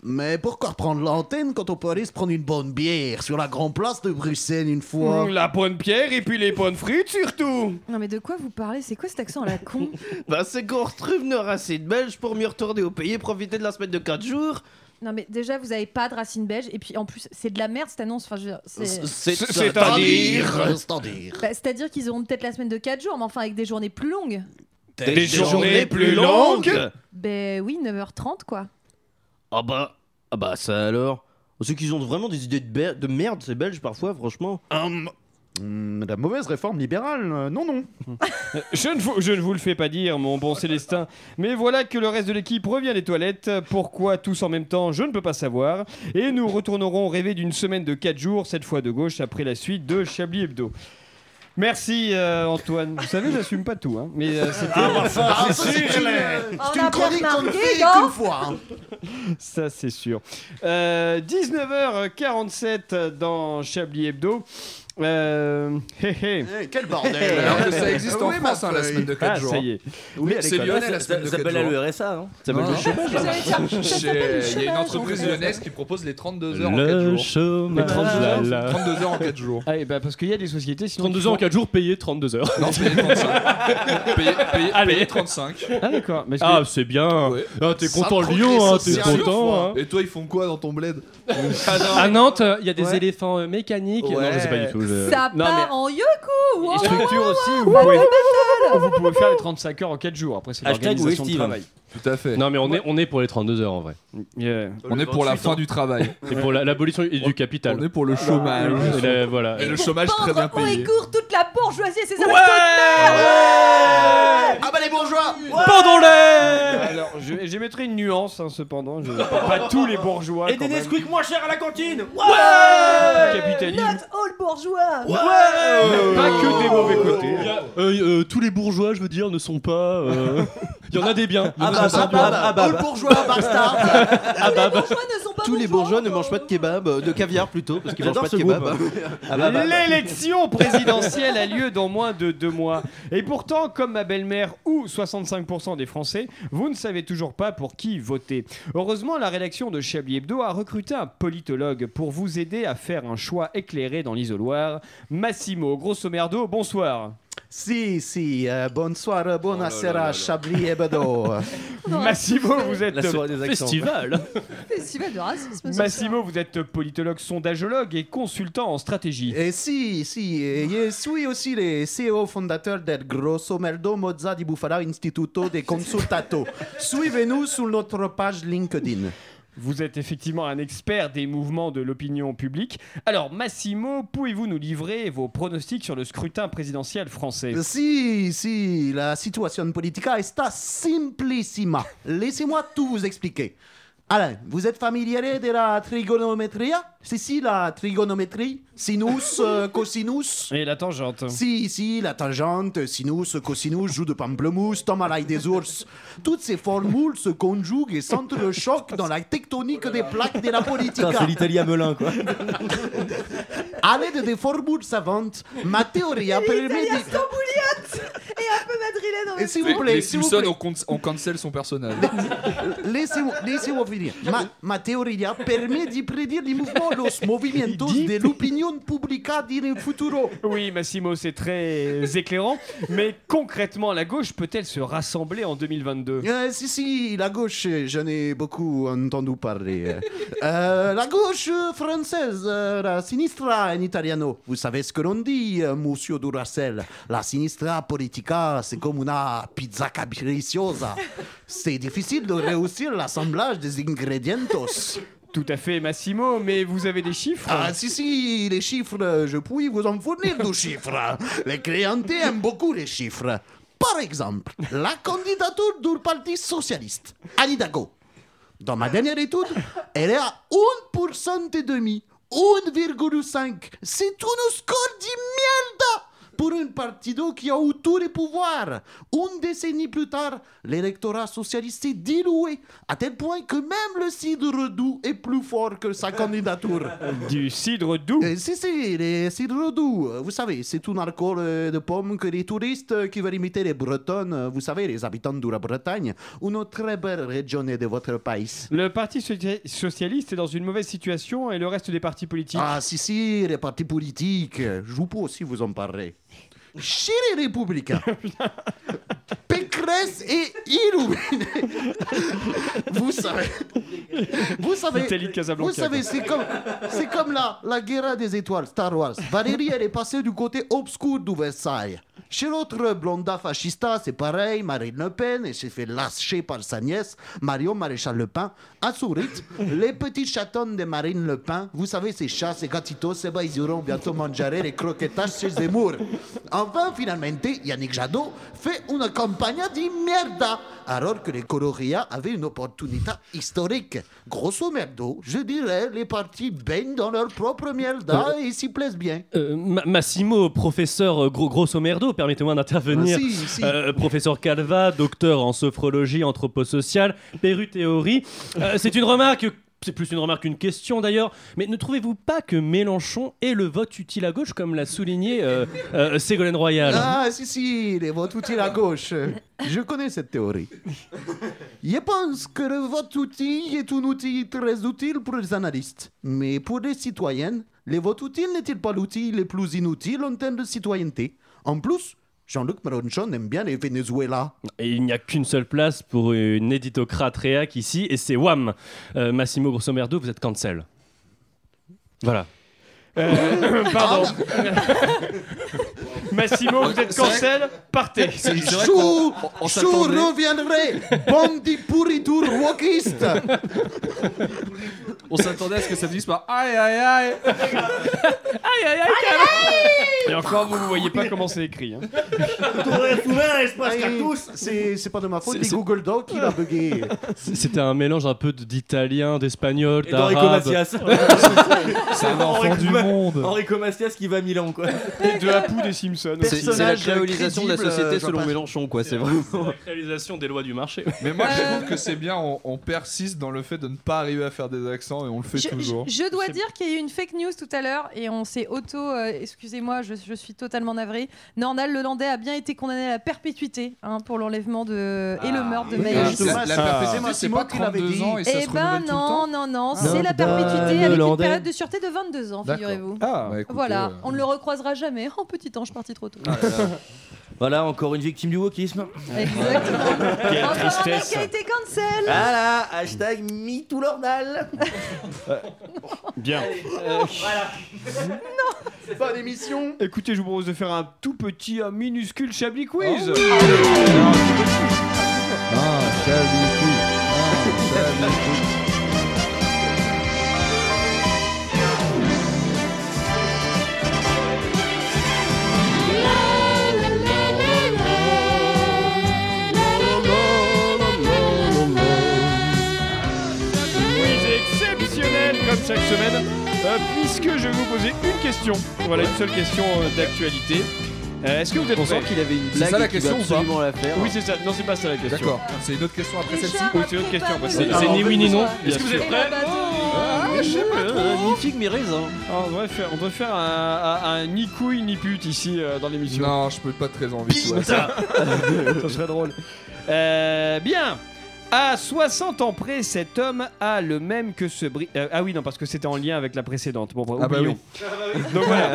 Speaker 11: Mais pourquoi reprendre l'antenne quand on peut aller se prendre une bonne bière sur la grande place de Bruxelles une fois
Speaker 1: La bonne pierre et puis les bonnes frites surtout
Speaker 7: Non, mais de quoi vous parlez C'est quoi cet accent à la [LAUGHS] con
Speaker 15: Bah c'est qu'on retrouve nos racines belges pour mieux retourner au pays et profiter de la semaine de 4 jours.
Speaker 7: Non, mais déjà, vous avez pas de racines belges, et puis en plus, c'est de la merde cette annonce. Enfin, je veux dire, c'est.
Speaker 11: C'est-à-dire C'est-à-dire
Speaker 7: Bah, C'est-à-dire qu'ils auront peut-être la semaine de 4 jours, mais enfin avec des journées plus longues.
Speaker 11: Des journées plus
Speaker 1: Euh.
Speaker 11: longues
Speaker 7: Ben oui, 9h30 quoi.
Speaker 15: Ah bah, ah bah ça alors. Ceux qui ont vraiment des idées de, ber- de merde, ces Belges parfois, franchement.
Speaker 9: Hum,
Speaker 11: la mauvaise réforme libérale, Euh, non, non.
Speaker 1: [LAUGHS] Je ne, vous, je ne vous le fais pas dire, mon bon Célestin, mais voilà que le reste de l'équipe revient des toilettes. Pourquoi tous en même temps, je ne peux pas savoir. Et nous retournerons rêver d'une semaine de 4 jours, cette fois de gauche, après la suite de Chablis Hebdo. Merci euh, Antoine. Vous savez, j'assume pas tout, hein, mais euh, c'était.
Speaker 11: Ah, bah, ça, Ah, c'est ça, sûr. c'est une-
Speaker 7: On a bien
Speaker 11: qu'on ne
Speaker 7: remarqué,
Speaker 11: fait
Speaker 7: non
Speaker 11: qu'une fois. hein.
Speaker 1: Ça, c'est sûr. Euh, 19h47 dans Chablis Hebdo. Euh, hé, hé.
Speaker 11: Eh, quel bordel
Speaker 9: Alors que ça existe en
Speaker 11: Oui, ma
Speaker 9: France, hein, la
Speaker 11: feuille.
Speaker 9: semaine de 4
Speaker 1: Ah,
Speaker 9: jours.
Speaker 1: ça y est.
Speaker 9: Oui, c'est lyonnais la semaine de 4 jours. Ah.
Speaker 6: RSA, non
Speaker 9: Ça s'appelle le chômage.
Speaker 6: là.
Speaker 9: Chez- Il y a une entreprise lyonnaise qui propose les 32 heures en 4 jours.
Speaker 10: chômage.
Speaker 9: Les 32 heures,
Speaker 10: la la.
Speaker 9: 32 heures en 4 jours.
Speaker 1: Ah, et bah, parce qu'il y a des sociétés. Sinon
Speaker 10: 32 ans en 4 jours, payé 32 heures.
Speaker 9: Non, payé
Speaker 10: [LAUGHS]
Speaker 9: 35. Payé, payé-
Speaker 10: Allez.
Speaker 9: payé 35.
Speaker 1: Ah, d'accord. mais
Speaker 10: Ah, c'est bien. Ah, t'es content, Lyon, hein, t'es content. hein.
Speaker 9: Et toi, ils font quoi dans ton [LAUGHS] bled
Speaker 1: Ah,
Speaker 9: Ah,
Speaker 10: À Nantes, il y a des
Speaker 9: Ouais.
Speaker 10: éléphants euh, mécaniques. Non, je sais pas du tout. je-
Speaker 7: Ça
Speaker 1: Euh, Non,
Speaker 7: part
Speaker 1: mais-
Speaker 7: en yoku wow, wow,
Speaker 1: structure
Speaker 7: wow,
Speaker 1: aussi où vous, pouvez,
Speaker 7: wow,
Speaker 1: où
Speaker 7: wow,
Speaker 1: vous pouvez faire les 35 heures en 4 jours. Après, c'est
Speaker 10: Hashtag
Speaker 1: l'organisation de
Speaker 10: Westive.
Speaker 1: travail.
Speaker 9: Tout à fait.
Speaker 10: Non, mais on, est, on est pour les 32 heures en vrai.
Speaker 9: On est pour la fin du travail.
Speaker 10: Et pour la- l'abolition et du capital.
Speaker 9: On est pour le chômage.
Speaker 10: Et le- voilà.
Speaker 9: Et le
Speaker 7: pour
Speaker 9: chômage très bien
Speaker 7: pendre au
Speaker 9: payé.
Speaker 7: écourt toute la bourgeoisie et ses ouais
Speaker 11: Ah bah les bourgeois
Speaker 1: Pendons-les Alors, je- j'émettrai une nuance, hein, cependant. Je... Pas tous les bourgeois.
Speaker 6: Et
Speaker 1: quand
Speaker 6: des
Speaker 1: même.
Speaker 6: Nesquik moins chers à la cantine
Speaker 1: Ouais Capitalisme.
Speaker 7: Not all bourgeois
Speaker 1: Pas que des mauvais côtés.
Speaker 10: Euh, euh, tous les bourgeois, je veux dire, ne sont pas.
Speaker 9: [LAUGHS]
Speaker 10: euh, Il y en a des biens.
Speaker 12: Ah bah, ah bah, ah bah. All bourgeois, bastard.
Speaker 10: Ah bah, bah.
Speaker 12: Tous les bourgeois ne mangent pas de kebab, euh, de caviar plutôt, parce qu'ils mangent
Speaker 1: J'adore
Speaker 12: pas de
Speaker 1: ce
Speaker 12: kebab.
Speaker 1: groupe.
Speaker 12: Ah bah, bah.
Speaker 1: L'élection présidentielle a lieu dans moins de deux mois. Et pourtant, comme ma belle-mère ou 65% des Français, vous ne savez toujours pas pour qui voter. Heureusement, la rédaction de Chablis Hebdo a recruté un politologue pour vous aider à faire un choix éclairé dans l'isoloir. Massimo, grosso merdo, bonsoir.
Speaker 16: Si, si, euh, bonsoir, euh, buonasera, Chablis Hebdo.
Speaker 1: [LAUGHS] Massimo, vous êtes
Speaker 7: Festival de racisme. ce
Speaker 1: Massimo, vous êtes politologue, sondagologue et consultant en stratégie.
Speaker 16: Et si, si, et je suis aussi le CEO fondateur del Grosso Merdo Mozza di Bufala Instituto de Consultato. Suivez-nous sur notre page LinkedIn.
Speaker 1: Vous êtes effectivement un expert des mouvements de l'opinion publique. Alors, Massimo, pouvez-vous nous livrer vos pronostics sur le scrutin présidentiel français
Speaker 16: Euh, Si, si, la situation politique est simplissima. Laissez-moi tout vous expliquer. Alain, vous êtes familier de la trigonométrie C'est si la trigonométrie Sinus, euh, cosinus
Speaker 1: Et la tangente
Speaker 16: Si, si, la tangente, sinus, cosinus, joue de pamplemousse, tombe à l'ail des ours. Toutes ces formules se conjuguent et s'entrechoquent dans la tectonique des plaques de la politique. hein.
Speaker 6: Putain, c'est l'Italie à
Speaker 16: [LAUGHS]
Speaker 6: Melun, quoi.
Speaker 16: À l'aide des formules savantes, ma théorie a permis
Speaker 7: Italien
Speaker 16: de...
Speaker 7: stambouliote et un peu madrilène en même
Speaker 16: s'il
Speaker 7: temps.
Speaker 16: vous plaît,
Speaker 9: les
Speaker 16: s'il vous
Speaker 9: Simpsons
Speaker 16: plaît.
Speaker 9: ont con- ont cancel son personnage.
Speaker 16: Laissez-moi laissez-moi finir. Ma, ma teoria permet de prédire les mouvements, los movimientos de l'opinion publica del futuro.
Speaker 1: Oui, Massimo, c'est très éclairant. Mais concrètement, la gauche peut-elle se rassembler en 2022
Speaker 16: Euh, si, si, la gauche, euh, j'en ai beaucoup entendu parler. Euh, la gauche euh, française, euh, la sinistra en italiano. Vous savez ce que l'on dit, euh, monsieur Duracell. La sinistra politica, c'est comme une pizza capricciosa. C'est difficile de réussir l'assemblage des ingredientos.
Speaker 1: Tout à fait, Massimo, mais vous avez des chiffres
Speaker 16: Ah, si, si, les chiffres, je puis vous en fournir des chiffres. Les clientés aiment beaucoup les chiffres. Par exemple, la candidature du Parti Socialiste, à l'Idago. Dans ma dernière étude, elle est à 1% et demi. 1,5. C'est un score de merde pour un partido qui a eu tous les pouvoirs. Une décennie plus tard, l'électorat socialiste s'est dilué, à tel point que même le cidre doux est plus fort que sa candidature.
Speaker 1: Du cidre doux
Speaker 16: Si, si, le cidre doux. Vous savez, c'est un alcool euh, de pomme que les touristes euh, qui veulent imiter les Bretonnes, euh, vous savez, les habitants de la Bretagne, une très belle région de votre pays.
Speaker 1: Le Parti socia- socialiste est dans une mauvaise situation et le reste des partis politiques. [COUGHS]
Speaker 16: Ah, si, si, les partis politiques. Je peux aussi vous en parler. Chez les
Speaker 1: [LAUGHS]
Speaker 16: Républicains, Pécresse est illuminée. vous savez. Vous savez.
Speaker 1: Italie de Casablanca,
Speaker 16: Vous savez,
Speaker 1: quoi.
Speaker 16: c'est comme, c'est comme la, la guerre des étoiles, Star Wars. Valérie, elle est passée du côté obscur de Versailles. Chez l'autre blonda fascista, c'est pareil. Marine Le Pen, elle s'est fait lâcher par sa nièce, Marion Maréchal Le Pen. À son rythme, les petites chatonnes de Marine Le Pen, vous savez, ces chats, ces gatitos, eh ben, ils iront bientôt manger les croquettages chez Zemmour. Enfin, finalement, Yannick Jadot fait une campagne de merda, alors que les Coloria avaient une opportunité historique. Grosso merdo, je dirais, les partis baignent dans leur propre merda et s'y plaisent bien.
Speaker 10: Euh, Ma- Massimo, professeur euh, gros, grosso merdo, permettez-moi d'intervenir.
Speaker 16: Ah, si, si.
Speaker 10: Euh, professeur Calva, docteur en sophrologie anthroposociale, perru-théorie. Euh, c'est une remarque, c'est plus une remarque qu'une question d'ailleurs, mais ne trouvez-vous pas que Mélenchon est le vote utile à gauche, comme l'a souligné euh, euh, Ségolène Royal
Speaker 16: Ah, si, si, les votes utiles à gauche. Je connais cette théorie. Je pense que le vote outil est un outil très utile pour les analystes. Mais pour les citoyennes, les votes utiles n'est-il pas l'outil le plus inutile en termes de citoyenneté En plus, Jean-Luc Mélenchon aime bien les Venezuela.
Speaker 10: Et il n'y a qu'une seule place pour une éditocrate réac ici, et c'est Wham Euh, Massimo Grosso Merdo, vous êtes cancel. Voilà.
Speaker 1: Euh, pardon. Massimo, vous êtes cancel, partez.
Speaker 16: Chou, Chou reviendrait, bandit pourri tour wokiste.
Speaker 9: On s'attendait à ce que ça finisse par aïe aïe aïe
Speaker 1: Aïe, aïe, aïe, Et encore, vous ne voyez pas comment c'est écrit. hein.
Speaker 16: Aïe, C'est c'est pas de ma faute,
Speaker 10: C'est-
Speaker 16: c'est Ah.
Speaker 10: c'est-
Speaker 16: Google Doc qui l'a bugué.
Speaker 10: [LAUGHS] C'était un mélange un peu de- d'italien, d'espagnol,
Speaker 6: Et d'Enrico
Speaker 10: d'arabe.
Speaker 6: Macias.
Speaker 10: [LAUGHS] C'est un enfant
Speaker 6: Enrico
Speaker 10: du
Speaker 6: Ma-
Speaker 10: monde.
Speaker 6: Enrico Macias qui va à Milan, quoi.
Speaker 1: Et de Apu des Simpsons.
Speaker 15: C'est- c'est la créolisation de
Speaker 6: euh,
Speaker 15: la
Speaker 1: euh,
Speaker 15: société selon Mélenchon, quoi. C'est vraiment.
Speaker 10: réalisation des lois du
Speaker 15: [LAUGHS]
Speaker 10: marché.
Speaker 9: Mais moi, je trouve que c'est bien, on, on persiste dans le fait de ne pas arriver à faire des accents et on le fait
Speaker 7: Je,
Speaker 9: toujours.
Speaker 7: je- je dois dire qu'il y a eu une fake news tout à l'heure et on s'est auto. euh, Excusez-moi, je, je suis totalement navrée. Nordal Le Landais a bien été condamné à la perpétuité hein, pour l'enlèvement de et le meurtre de
Speaker 9: Ah oui,
Speaker 7: Maïs.
Speaker 9: justement, La- la
Speaker 16: Ah.
Speaker 9: perpétuité, c'est pas 32 ans et ça
Speaker 7: Eh
Speaker 9: se
Speaker 7: ben
Speaker 9: renouvelle tout le
Speaker 7: non, non, non,
Speaker 9: Ah.
Speaker 7: c'est la
Speaker 9: Nordal
Speaker 7: perpétuité
Speaker 9: Le
Speaker 7: avec une
Speaker 9: Landais.
Speaker 7: période de sûreté de 22 ans,
Speaker 6: D'accord.
Speaker 7: figurez-vous.
Speaker 9: Ah, bah écoutez, Ah,
Speaker 7: voilà,
Speaker 6: euh.
Speaker 7: on ne le recroisera jamais. [LAUGHS] Oh petit ange parti trop tôt. [LAUGHS]
Speaker 6: Voilà, encore une victime du wokisme.
Speaker 7: Exactement.
Speaker 6: Quelle
Speaker 7: Encore un mec
Speaker 6: tristesse.
Speaker 7: qui a été cancel.
Speaker 6: Voilà, hashtag
Speaker 9: [LAUGHS]
Speaker 6: MeTooLordal. euh,
Speaker 1: Bien.
Speaker 11: Euh,
Speaker 6: voilà.
Speaker 16: C'est pas d'émission.
Speaker 1: Écoutez, je vous propose de faire un tout petit, un minuscule Chablis quiz.
Speaker 9: Ah,
Speaker 1: quiz exceptionnel comme chaque semaine, euh, puisque je vais vous poser une question. Voilà, une seule question euh, d'actualité. Euh, Est-ce que vous êtes
Speaker 9: On sent
Speaker 1: prêts
Speaker 9: qu'il avait une C'est blague ça la et qu'il question va ou pas absolument la faire.
Speaker 1: Oui, c'est ça. Non, c'est pas ça la question.
Speaker 9: D'accord, c'est une autre question après celle-ci.
Speaker 1: Oui, c'est une autre question. parce que
Speaker 9: Ah,
Speaker 1: C'est c'est
Speaker 9: en
Speaker 1: ni
Speaker 9: fait,
Speaker 1: oui ni non.
Speaker 9: Est-ce que vous êtes prêts
Speaker 1: Ah, je sais pas trop.
Speaker 15: Ni figue, ni raisin.
Speaker 1: Ah, on devrait faire, on devrait faire un, un- un ni couille ni pute ici euh, dans l'émission.
Speaker 9: Non, je peux pas très envie. tu
Speaker 1: [LAUGHS]
Speaker 9: vois.
Speaker 1: ça serait drôle. Euh, bien. À 60 ans près, cet homme a le même que ce bri... euh, ah oui, non, parce que c'était en lien avec la précédente. Bon,
Speaker 9: Ah bah
Speaker 1: oublions.
Speaker 9: oui.
Speaker 1: Donc voilà.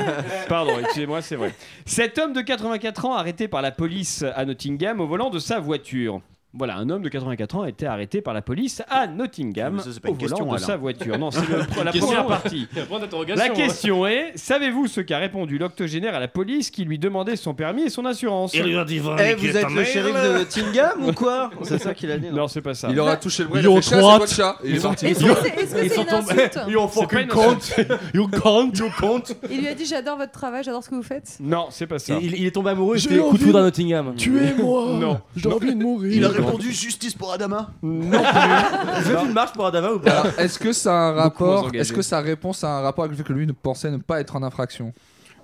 Speaker 1: Pardon, excusez-moi, c'est vrai. Cet homme de 84 ans arrêté par la police à Nottingham au volant de sa voiture. Voilà, un homme de 84 ans a été arrêté par la police à Nottingham
Speaker 17: Mais ça, c'est pas
Speaker 1: au
Speaker 17: une question,
Speaker 1: volant de
Speaker 17: Alain.
Speaker 1: sa voiture. Non,
Speaker 10: [LAUGHS]
Speaker 1: [LAUGHS] c'est le- la
Speaker 17: Une question.
Speaker 1: première partie.
Speaker 17: Il y a un point d'interrogation,
Speaker 1: La
Speaker 17: hein.
Speaker 1: question est, savez-vous ce qu'a répondu l'octogénaire à la police qui lui demandait son permis et son assurance
Speaker 15: Il lui a dit, Eh, Véronique, vous êtes ta le mère. shérif de Nottingham ou quoi C'est ça Bah,
Speaker 1: qu'il a dit. Non, c'est pas ça.
Speaker 9: Il leur a touché le bras, il a fait chat, c'est quoi le chat Et il est parti.
Speaker 7: Est-ce que c'est- est-ce que c'est une insulte
Speaker 1: Ils ont fucking [LAUGHS] compte.
Speaker 10: You can't. You
Speaker 1: can't.
Speaker 7: Il lui a dit j'adore votre travail, j'adore ce que vous faites.
Speaker 1: Non, c'est pas ça.
Speaker 6: Il, il est tombé amoureux,
Speaker 1: J'ai
Speaker 6: c'était coup de
Speaker 1: envie
Speaker 6: foudre à Nottingham.
Speaker 1: Non.
Speaker 6: J'ai envie de mourir.
Speaker 18: Il a répondu justice pour Adama.
Speaker 6: Vous faites une marche pour Adama ou pas
Speaker 9: Est-ce que ça a un
Speaker 6: moins
Speaker 9: rapport
Speaker 6: engagé.
Speaker 9: Est-ce que sa réponse a un rapport avec le fait que lui ne pensait ne pas être en infraction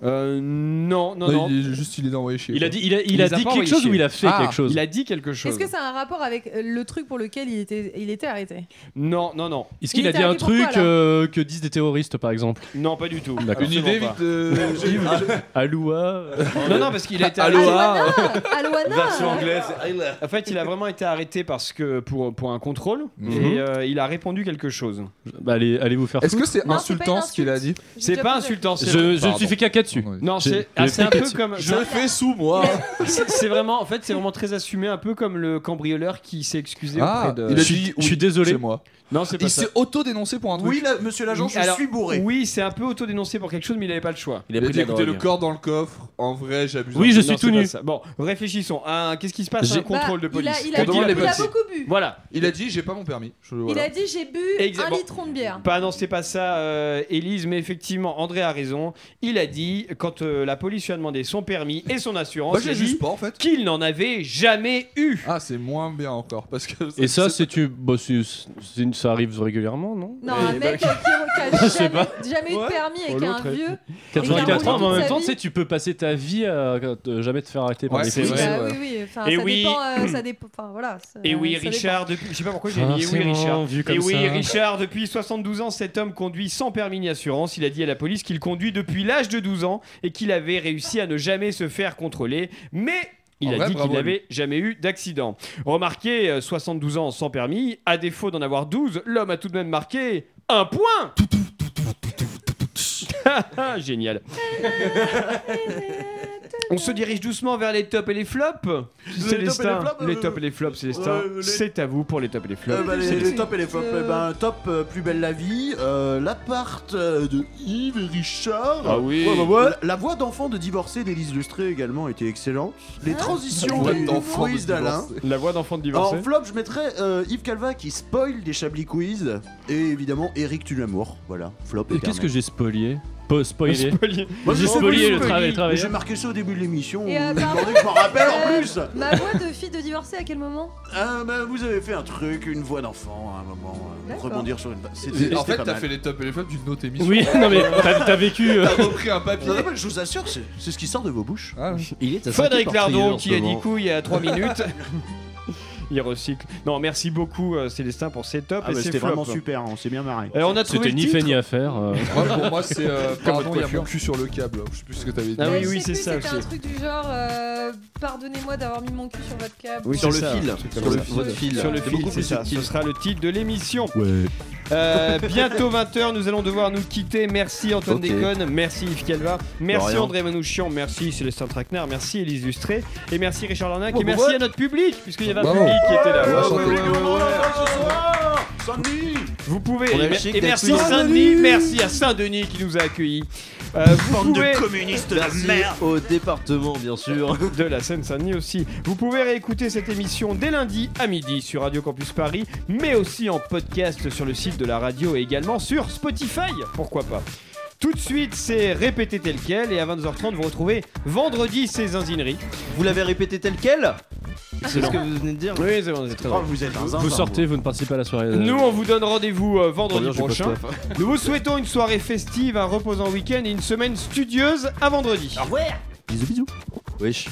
Speaker 1: Euh, non, non, non.
Speaker 9: Il est juste, il est envoyé chier.
Speaker 1: Il a
Speaker 9: quoi.
Speaker 1: dit- il a- il a dit
Speaker 9: les pas
Speaker 1: quelque
Speaker 9: envoyés
Speaker 1: chose ou
Speaker 9: chier.
Speaker 1: il a fait
Speaker 9: Ah,
Speaker 1: quelque chose Il a dit quelque chose.
Speaker 7: Est-ce que ça a un rapport avec euh, le truc pour lequel il était, il était arrêté
Speaker 1: Non, non, non.
Speaker 10: Est-ce
Speaker 7: Il
Speaker 10: qu'il a
Speaker 7: était
Speaker 10: dit un
Speaker 7: arrêté pourquoi,
Speaker 10: truc
Speaker 7: alors
Speaker 10: euh, que disent des terroristes, par exemple
Speaker 1: Non, pas du tout.
Speaker 10: D'accord.
Speaker 9: Une idée
Speaker 1: Absolument
Speaker 9: vite euh,
Speaker 1: pas. [LAUGHS]
Speaker 10: [LAUGHS]
Speaker 1: euh,
Speaker 9: de Yves.
Speaker 10: Ah, Aloha.
Speaker 1: Non, non, parce qu'il a été
Speaker 9: Aloha.
Speaker 10: Ah,
Speaker 7: Ah, Aloana
Speaker 1: En fait, il a vraiment été arrêté parce que pour, pour un contrôle
Speaker 10: Mhm.
Speaker 1: et euh, il a répondu quelque chose.
Speaker 10: Bah, allez, allez vous faire
Speaker 9: Est-ce que
Speaker 10: foutre.
Speaker 9: c'est
Speaker 1: Non, c'est pas
Speaker 9: insultant
Speaker 1: une
Speaker 9: ce qu'il a dit
Speaker 1: C'est pas insultant. c'est-
Speaker 10: Je, je me
Speaker 1: Pardon.
Speaker 10: suis fait caca dessus.
Speaker 1: Non,
Speaker 10: J'ai-
Speaker 1: c'est
Speaker 10: j'ai
Speaker 1: ah, c'est
Speaker 10: fait
Speaker 1: un peu
Speaker 10: caca
Speaker 1: comme.
Speaker 9: Je le fais sous moi.
Speaker 1: C'est c'est vraiment, en fait, c'est vraiment très assumé, un peu comme le cambrioleur qui s'est excusé
Speaker 9: Ah,
Speaker 1: auprès de.
Speaker 9: il a dit,
Speaker 10: je suis désolé.
Speaker 9: C'est moi.
Speaker 1: Non, c'est pas
Speaker 9: Il
Speaker 1: ça.
Speaker 9: s'est auto-dénoncé pour un truc.
Speaker 18: Oui, la- monsieur l'agent, je
Speaker 1: Alors,
Speaker 18: suis bourré.
Speaker 1: Oui, c'est un peu auto-dénoncé pour quelque chose, mais il avait pas le choix.
Speaker 6: Il a
Speaker 9: Il a
Speaker 6: pris
Speaker 9: dit
Speaker 6: de la
Speaker 9: écoutez, le
Speaker 6: drogue.
Speaker 9: corps dans le coffre. En vrai, j'abuse.
Speaker 10: Oui,
Speaker 9: un
Speaker 10: je
Speaker 9: peu.
Speaker 10: suis
Speaker 1: Non,
Speaker 10: tout
Speaker 1: c'est
Speaker 10: nu.
Speaker 1: pas ça. Bon, réfléchissons. Un- Qu'est-ce qui se passe à un
Speaker 7: Bah,
Speaker 1: contrôle de
Speaker 7: il a-
Speaker 1: police
Speaker 7: il a-
Speaker 9: On demande
Speaker 7: il a-
Speaker 9: les
Speaker 7: il a
Speaker 9: policiers.
Speaker 7: beaucoup bu.
Speaker 1: Voilà.
Speaker 9: Il a dit j'ai pas mon permis. Je-
Speaker 7: Il
Speaker 9: voilà.
Speaker 7: a dit j'ai bu
Speaker 1: Exact-
Speaker 7: un
Speaker 1: bon.
Speaker 7: litron de bière.
Speaker 1: Pas non, c'est pas ça, euh, Élise, mais effectivement, André a raison. Il a dit, quand euh, la police lui a demandé son permis et son assurance,
Speaker 9: Moi, je
Speaker 1: il a
Speaker 9: l'ai
Speaker 1: dit
Speaker 9: juste pas en fait.
Speaker 1: qu'il n'en avait jamais eu.
Speaker 9: Ah, c'est moins bien encore parce que.
Speaker 10: Et ça, c'est tu. bah, c'est- c'est une- ça arrive régulièrement, non
Speaker 1: Eh
Speaker 7: Non,
Speaker 10: Et
Speaker 7: un
Speaker 1: ben, [LAUGHS]
Speaker 7: mec
Speaker 10: bah,
Speaker 7: qui
Speaker 10: Je
Speaker 7: n'a
Speaker 10: sais
Speaker 7: jamais,
Speaker 10: pas.
Speaker 7: jamais eu de permis et
Speaker 10: Oh,
Speaker 7: qui est un
Speaker 10: l'autre est-
Speaker 7: vieux. Et qui a
Speaker 10: 84 ans,
Speaker 7: roulé
Speaker 10: mais en
Speaker 7: toute
Speaker 10: même
Speaker 7: sa
Speaker 10: temps,
Speaker 7: vie.
Speaker 10: tu sais, tu peux passer ta vie à euh, jamais te faire arrêter par
Speaker 1: Ouais,
Speaker 10: les
Speaker 1: c'est
Speaker 10: flics.
Speaker 1: vrai.
Speaker 7: Bah oui, oui, enfin,
Speaker 1: Et
Speaker 7: ça
Speaker 1: oui.
Speaker 7: dépend. euh, ça dépend enfin, voilà, ça-
Speaker 1: Et oui,
Speaker 7: ça dépend.
Speaker 1: Richard, depuis... je sais pas pourquoi j'ai mis et oui,
Speaker 10: Forcément,
Speaker 1: Richard.
Speaker 10: vu
Speaker 1: Et
Speaker 10: comme
Speaker 1: oui,
Speaker 10: ça.
Speaker 1: Richard, depuis 72 ans, cet homme conduit sans permis ni assurance. Il a dit à la police qu'il conduit depuis l'âge de 12 ans et qu'il avait réussi à ne jamais se faire contrôler. Mais. Il
Speaker 9: En
Speaker 1: a
Speaker 9: vrai,
Speaker 1: dit qu'il
Speaker 9: bravo à lui.
Speaker 1: n'avait jamais eu d'accident. Remarquez, euh, 72 ans sans permis, à défaut d'en avoir 12, l'homme a tout de même marqué un point [LAUGHS]
Speaker 7: [LAUGHS]
Speaker 1: Génial. On se dirige doucement vers les tops et les flops. Célestin, les tops et les flops, Célestin.
Speaker 16: euh, les-
Speaker 1: C'est à vous pour les tops et les flops.
Speaker 16: Euh, bah, les,
Speaker 1: Célestin.
Speaker 16: les tops et les flops.
Speaker 1: Euh,
Speaker 16: Eh ben, top, euh, plus belle la vie. euh, L'appart euh, de Yves et Richard.
Speaker 1: Ah oui.
Speaker 16: Ouais, ouais, ouais. La, la voix d'enfant de divorcé d'Élise Lustré également était excellente. Les
Speaker 1: Hein
Speaker 16: transitions
Speaker 1: La voix
Speaker 16: du
Speaker 1: d'enfant de
Speaker 16: quiz d'Alain.
Speaker 1: divorcé. La voix d'enfant de divorcé.
Speaker 16: En flop, je mettrais euh, Yves Calva qui spoil des Chablis Quiz. Et évidemment, Eric Tulamour. Voilà, flop.
Speaker 10: Et qu'est-ce que j'ai spolié Pas spoilé.
Speaker 1: Spoilé.
Speaker 16: Moi,
Speaker 10: J'ai spoilé le travail. le travail.
Speaker 16: J'ai marqué ça au début de l'émission.
Speaker 7: Et, euh,
Speaker 16: vous me
Speaker 7: pardon,
Speaker 16: demandez que je m'en rappelle en
Speaker 7: euh,
Speaker 16: plus.
Speaker 7: Ma voix de fille de divorcée, à quel moment
Speaker 16: Ah, bah, vous avez fait un truc, une voix d'enfant à un moment, euh,
Speaker 7: D'accord.
Speaker 16: rebondir sur une. c'était-
Speaker 9: En
Speaker 16: c'était
Speaker 9: fait,
Speaker 16: pas
Speaker 9: t'as
Speaker 16: mal.
Speaker 9: fait les tops et les flops d'une autre émission.
Speaker 10: Oui, [LAUGHS] non, mais t'as- t'as vécu, euh,
Speaker 9: T'as repris un papier. Ah
Speaker 16: Non, non, mais je vous assure, c'est c'est ce qui sort de vos bouches.
Speaker 13: Il est
Speaker 1: Frédéric Lardon qui a dit coup il y a 3 minutes. Il recycle. Non, merci beaucoup euh, Célestin pour ces tops
Speaker 16: Ah,
Speaker 1: et
Speaker 16: bah,
Speaker 1: ces
Speaker 16: c'était
Speaker 1: flops.
Speaker 16: vraiment super, on s'est bien marré.
Speaker 1: Euh, on a trouvé
Speaker 10: C'était
Speaker 1: le
Speaker 10: ni
Speaker 1: titre.
Speaker 10: fait ni à faire. euh.
Speaker 9: [LAUGHS] Moi, pour moi,
Speaker 10: [LAUGHS]
Speaker 9: c'est. euh,
Speaker 1: Comme
Speaker 9: pardon,
Speaker 1: votre
Speaker 9: il y a
Speaker 1: coiffure.
Speaker 9: mon cul sur le câble. hein. Je sais plus ce que t'avais dit.
Speaker 1: Ah oui,
Speaker 7: Euh, Je
Speaker 1: oui,
Speaker 7: sais
Speaker 1: c'est ça
Speaker 7: plus, C'était un
Speaker 1: aussi.
Speaker 7: truc du genre, euh, pardonnez-moi d'avoir mis mon cul sur votre câble.
Speaker 1: Oui,
Speaker 7: Ou-
Speaker 13: Sur
Speaker 1: c'est
Speaker 13: le
Speaker 1: ça,
Speaker 13: fil.
Speaker 1: un truc comme
Speaker 13: Sur le
Speaker 1: ça.
Speaker 13: fil. Votre fil.
Speaker 1: Sur le
Speaker 13: C'est
Speaker 1: fil,
Speaker 13: beaucoup
Speaker 1: c'est
Speaker 13: plus
Speaker 1: ça.
Speaker 13: subtil.
Speaker 1: Ce sera le titre de l'émission.
Speaker 10: Ouais.
Speaker 1: Euh, bientôt 20h, nous allons devoir nous quitter. Merci Antoine
Speaker 13: Ok.
Speaker 1: Déconne, merci Yves Calva, merci
Speaker 13: rien.
Speaker 1: André Manouchian, merci Célestin Traquenard, merci Élise Lustré et merci Richard Larnac
Speaker 13: Bon,
Speaker 1: et
Speaker 13: bon,
Speaker 1: merci
Speaker 13: ouais.
Speaker 1: à notre public, puisqu'il y avait un
Speaker 13: Bravo.
Speaker 1: public qui était là.
Speaker 13: Ouais,
Speaker 1: Ouais, ouais,
Speaker 13: ouais,
Speaker 1: ouais,
Speaker 13: ouais,
Speaker 1: ouais.
Speaker 16: Samedi
Speaker 1: Vous pouvez.
Speaker 13: On a
Speaker 1: Et,
Speaker 13: le
Speaker 1: mer-
Speaker 13: chic
Speaker 1: et
Speaker 13: d'être
Speaker 1: merci
Speaker 13: là.
Speaker 1: Saint-Denis,
Speaker 13: Saint-Denis.
Speaker 1: merci à Saint-Denis qui nous a accueillis. Euh, vous
Speaker 13: Bande
Speaker 1: pouvez-
Speaker 13: de communistes de la merde Au département, bien [LAUGHS] sûr.
Speaker 1: de la Seine-Saint-Denis aussi. Vous pouvez réécouter cette émission dès lundi à midi sur Radio Campus Paris, mais aussi en podcast sur le site de la radio et également sur Spotify, pourquoi pas. Tout de suite, c'est répété tel quel et à 22h30, vous retrouvez vendredi ces zinzineries.
Speaker 13: Vous l'avez répété tel quel C'est ce
Speaker 1: Excellent.
Speaker 13: que vous venez de dire
Speaker 1: Oui, c'est bon, c'est très
Speaker 16: Oh,
Speaker 1: drôle.
Speaker 16: vous êtes un hein.
Speaker 10: Vous sortez, vous ne participez pas à la soirée. euh,
Speaker 1: Nous, on vous donne rendez-vous euh,
Speaker 10: Attends,
Speaker 1: vendredi
Speaker 10: j'ai pas
Speaker 1: prochain.
Speaker 10: soif.
Speaker 1: Nous vous souhaitons une soirée festive, un reposant week-end et une semaine studieuse à vendredi.
Speaker 13: Bisous, bisous. Wesh.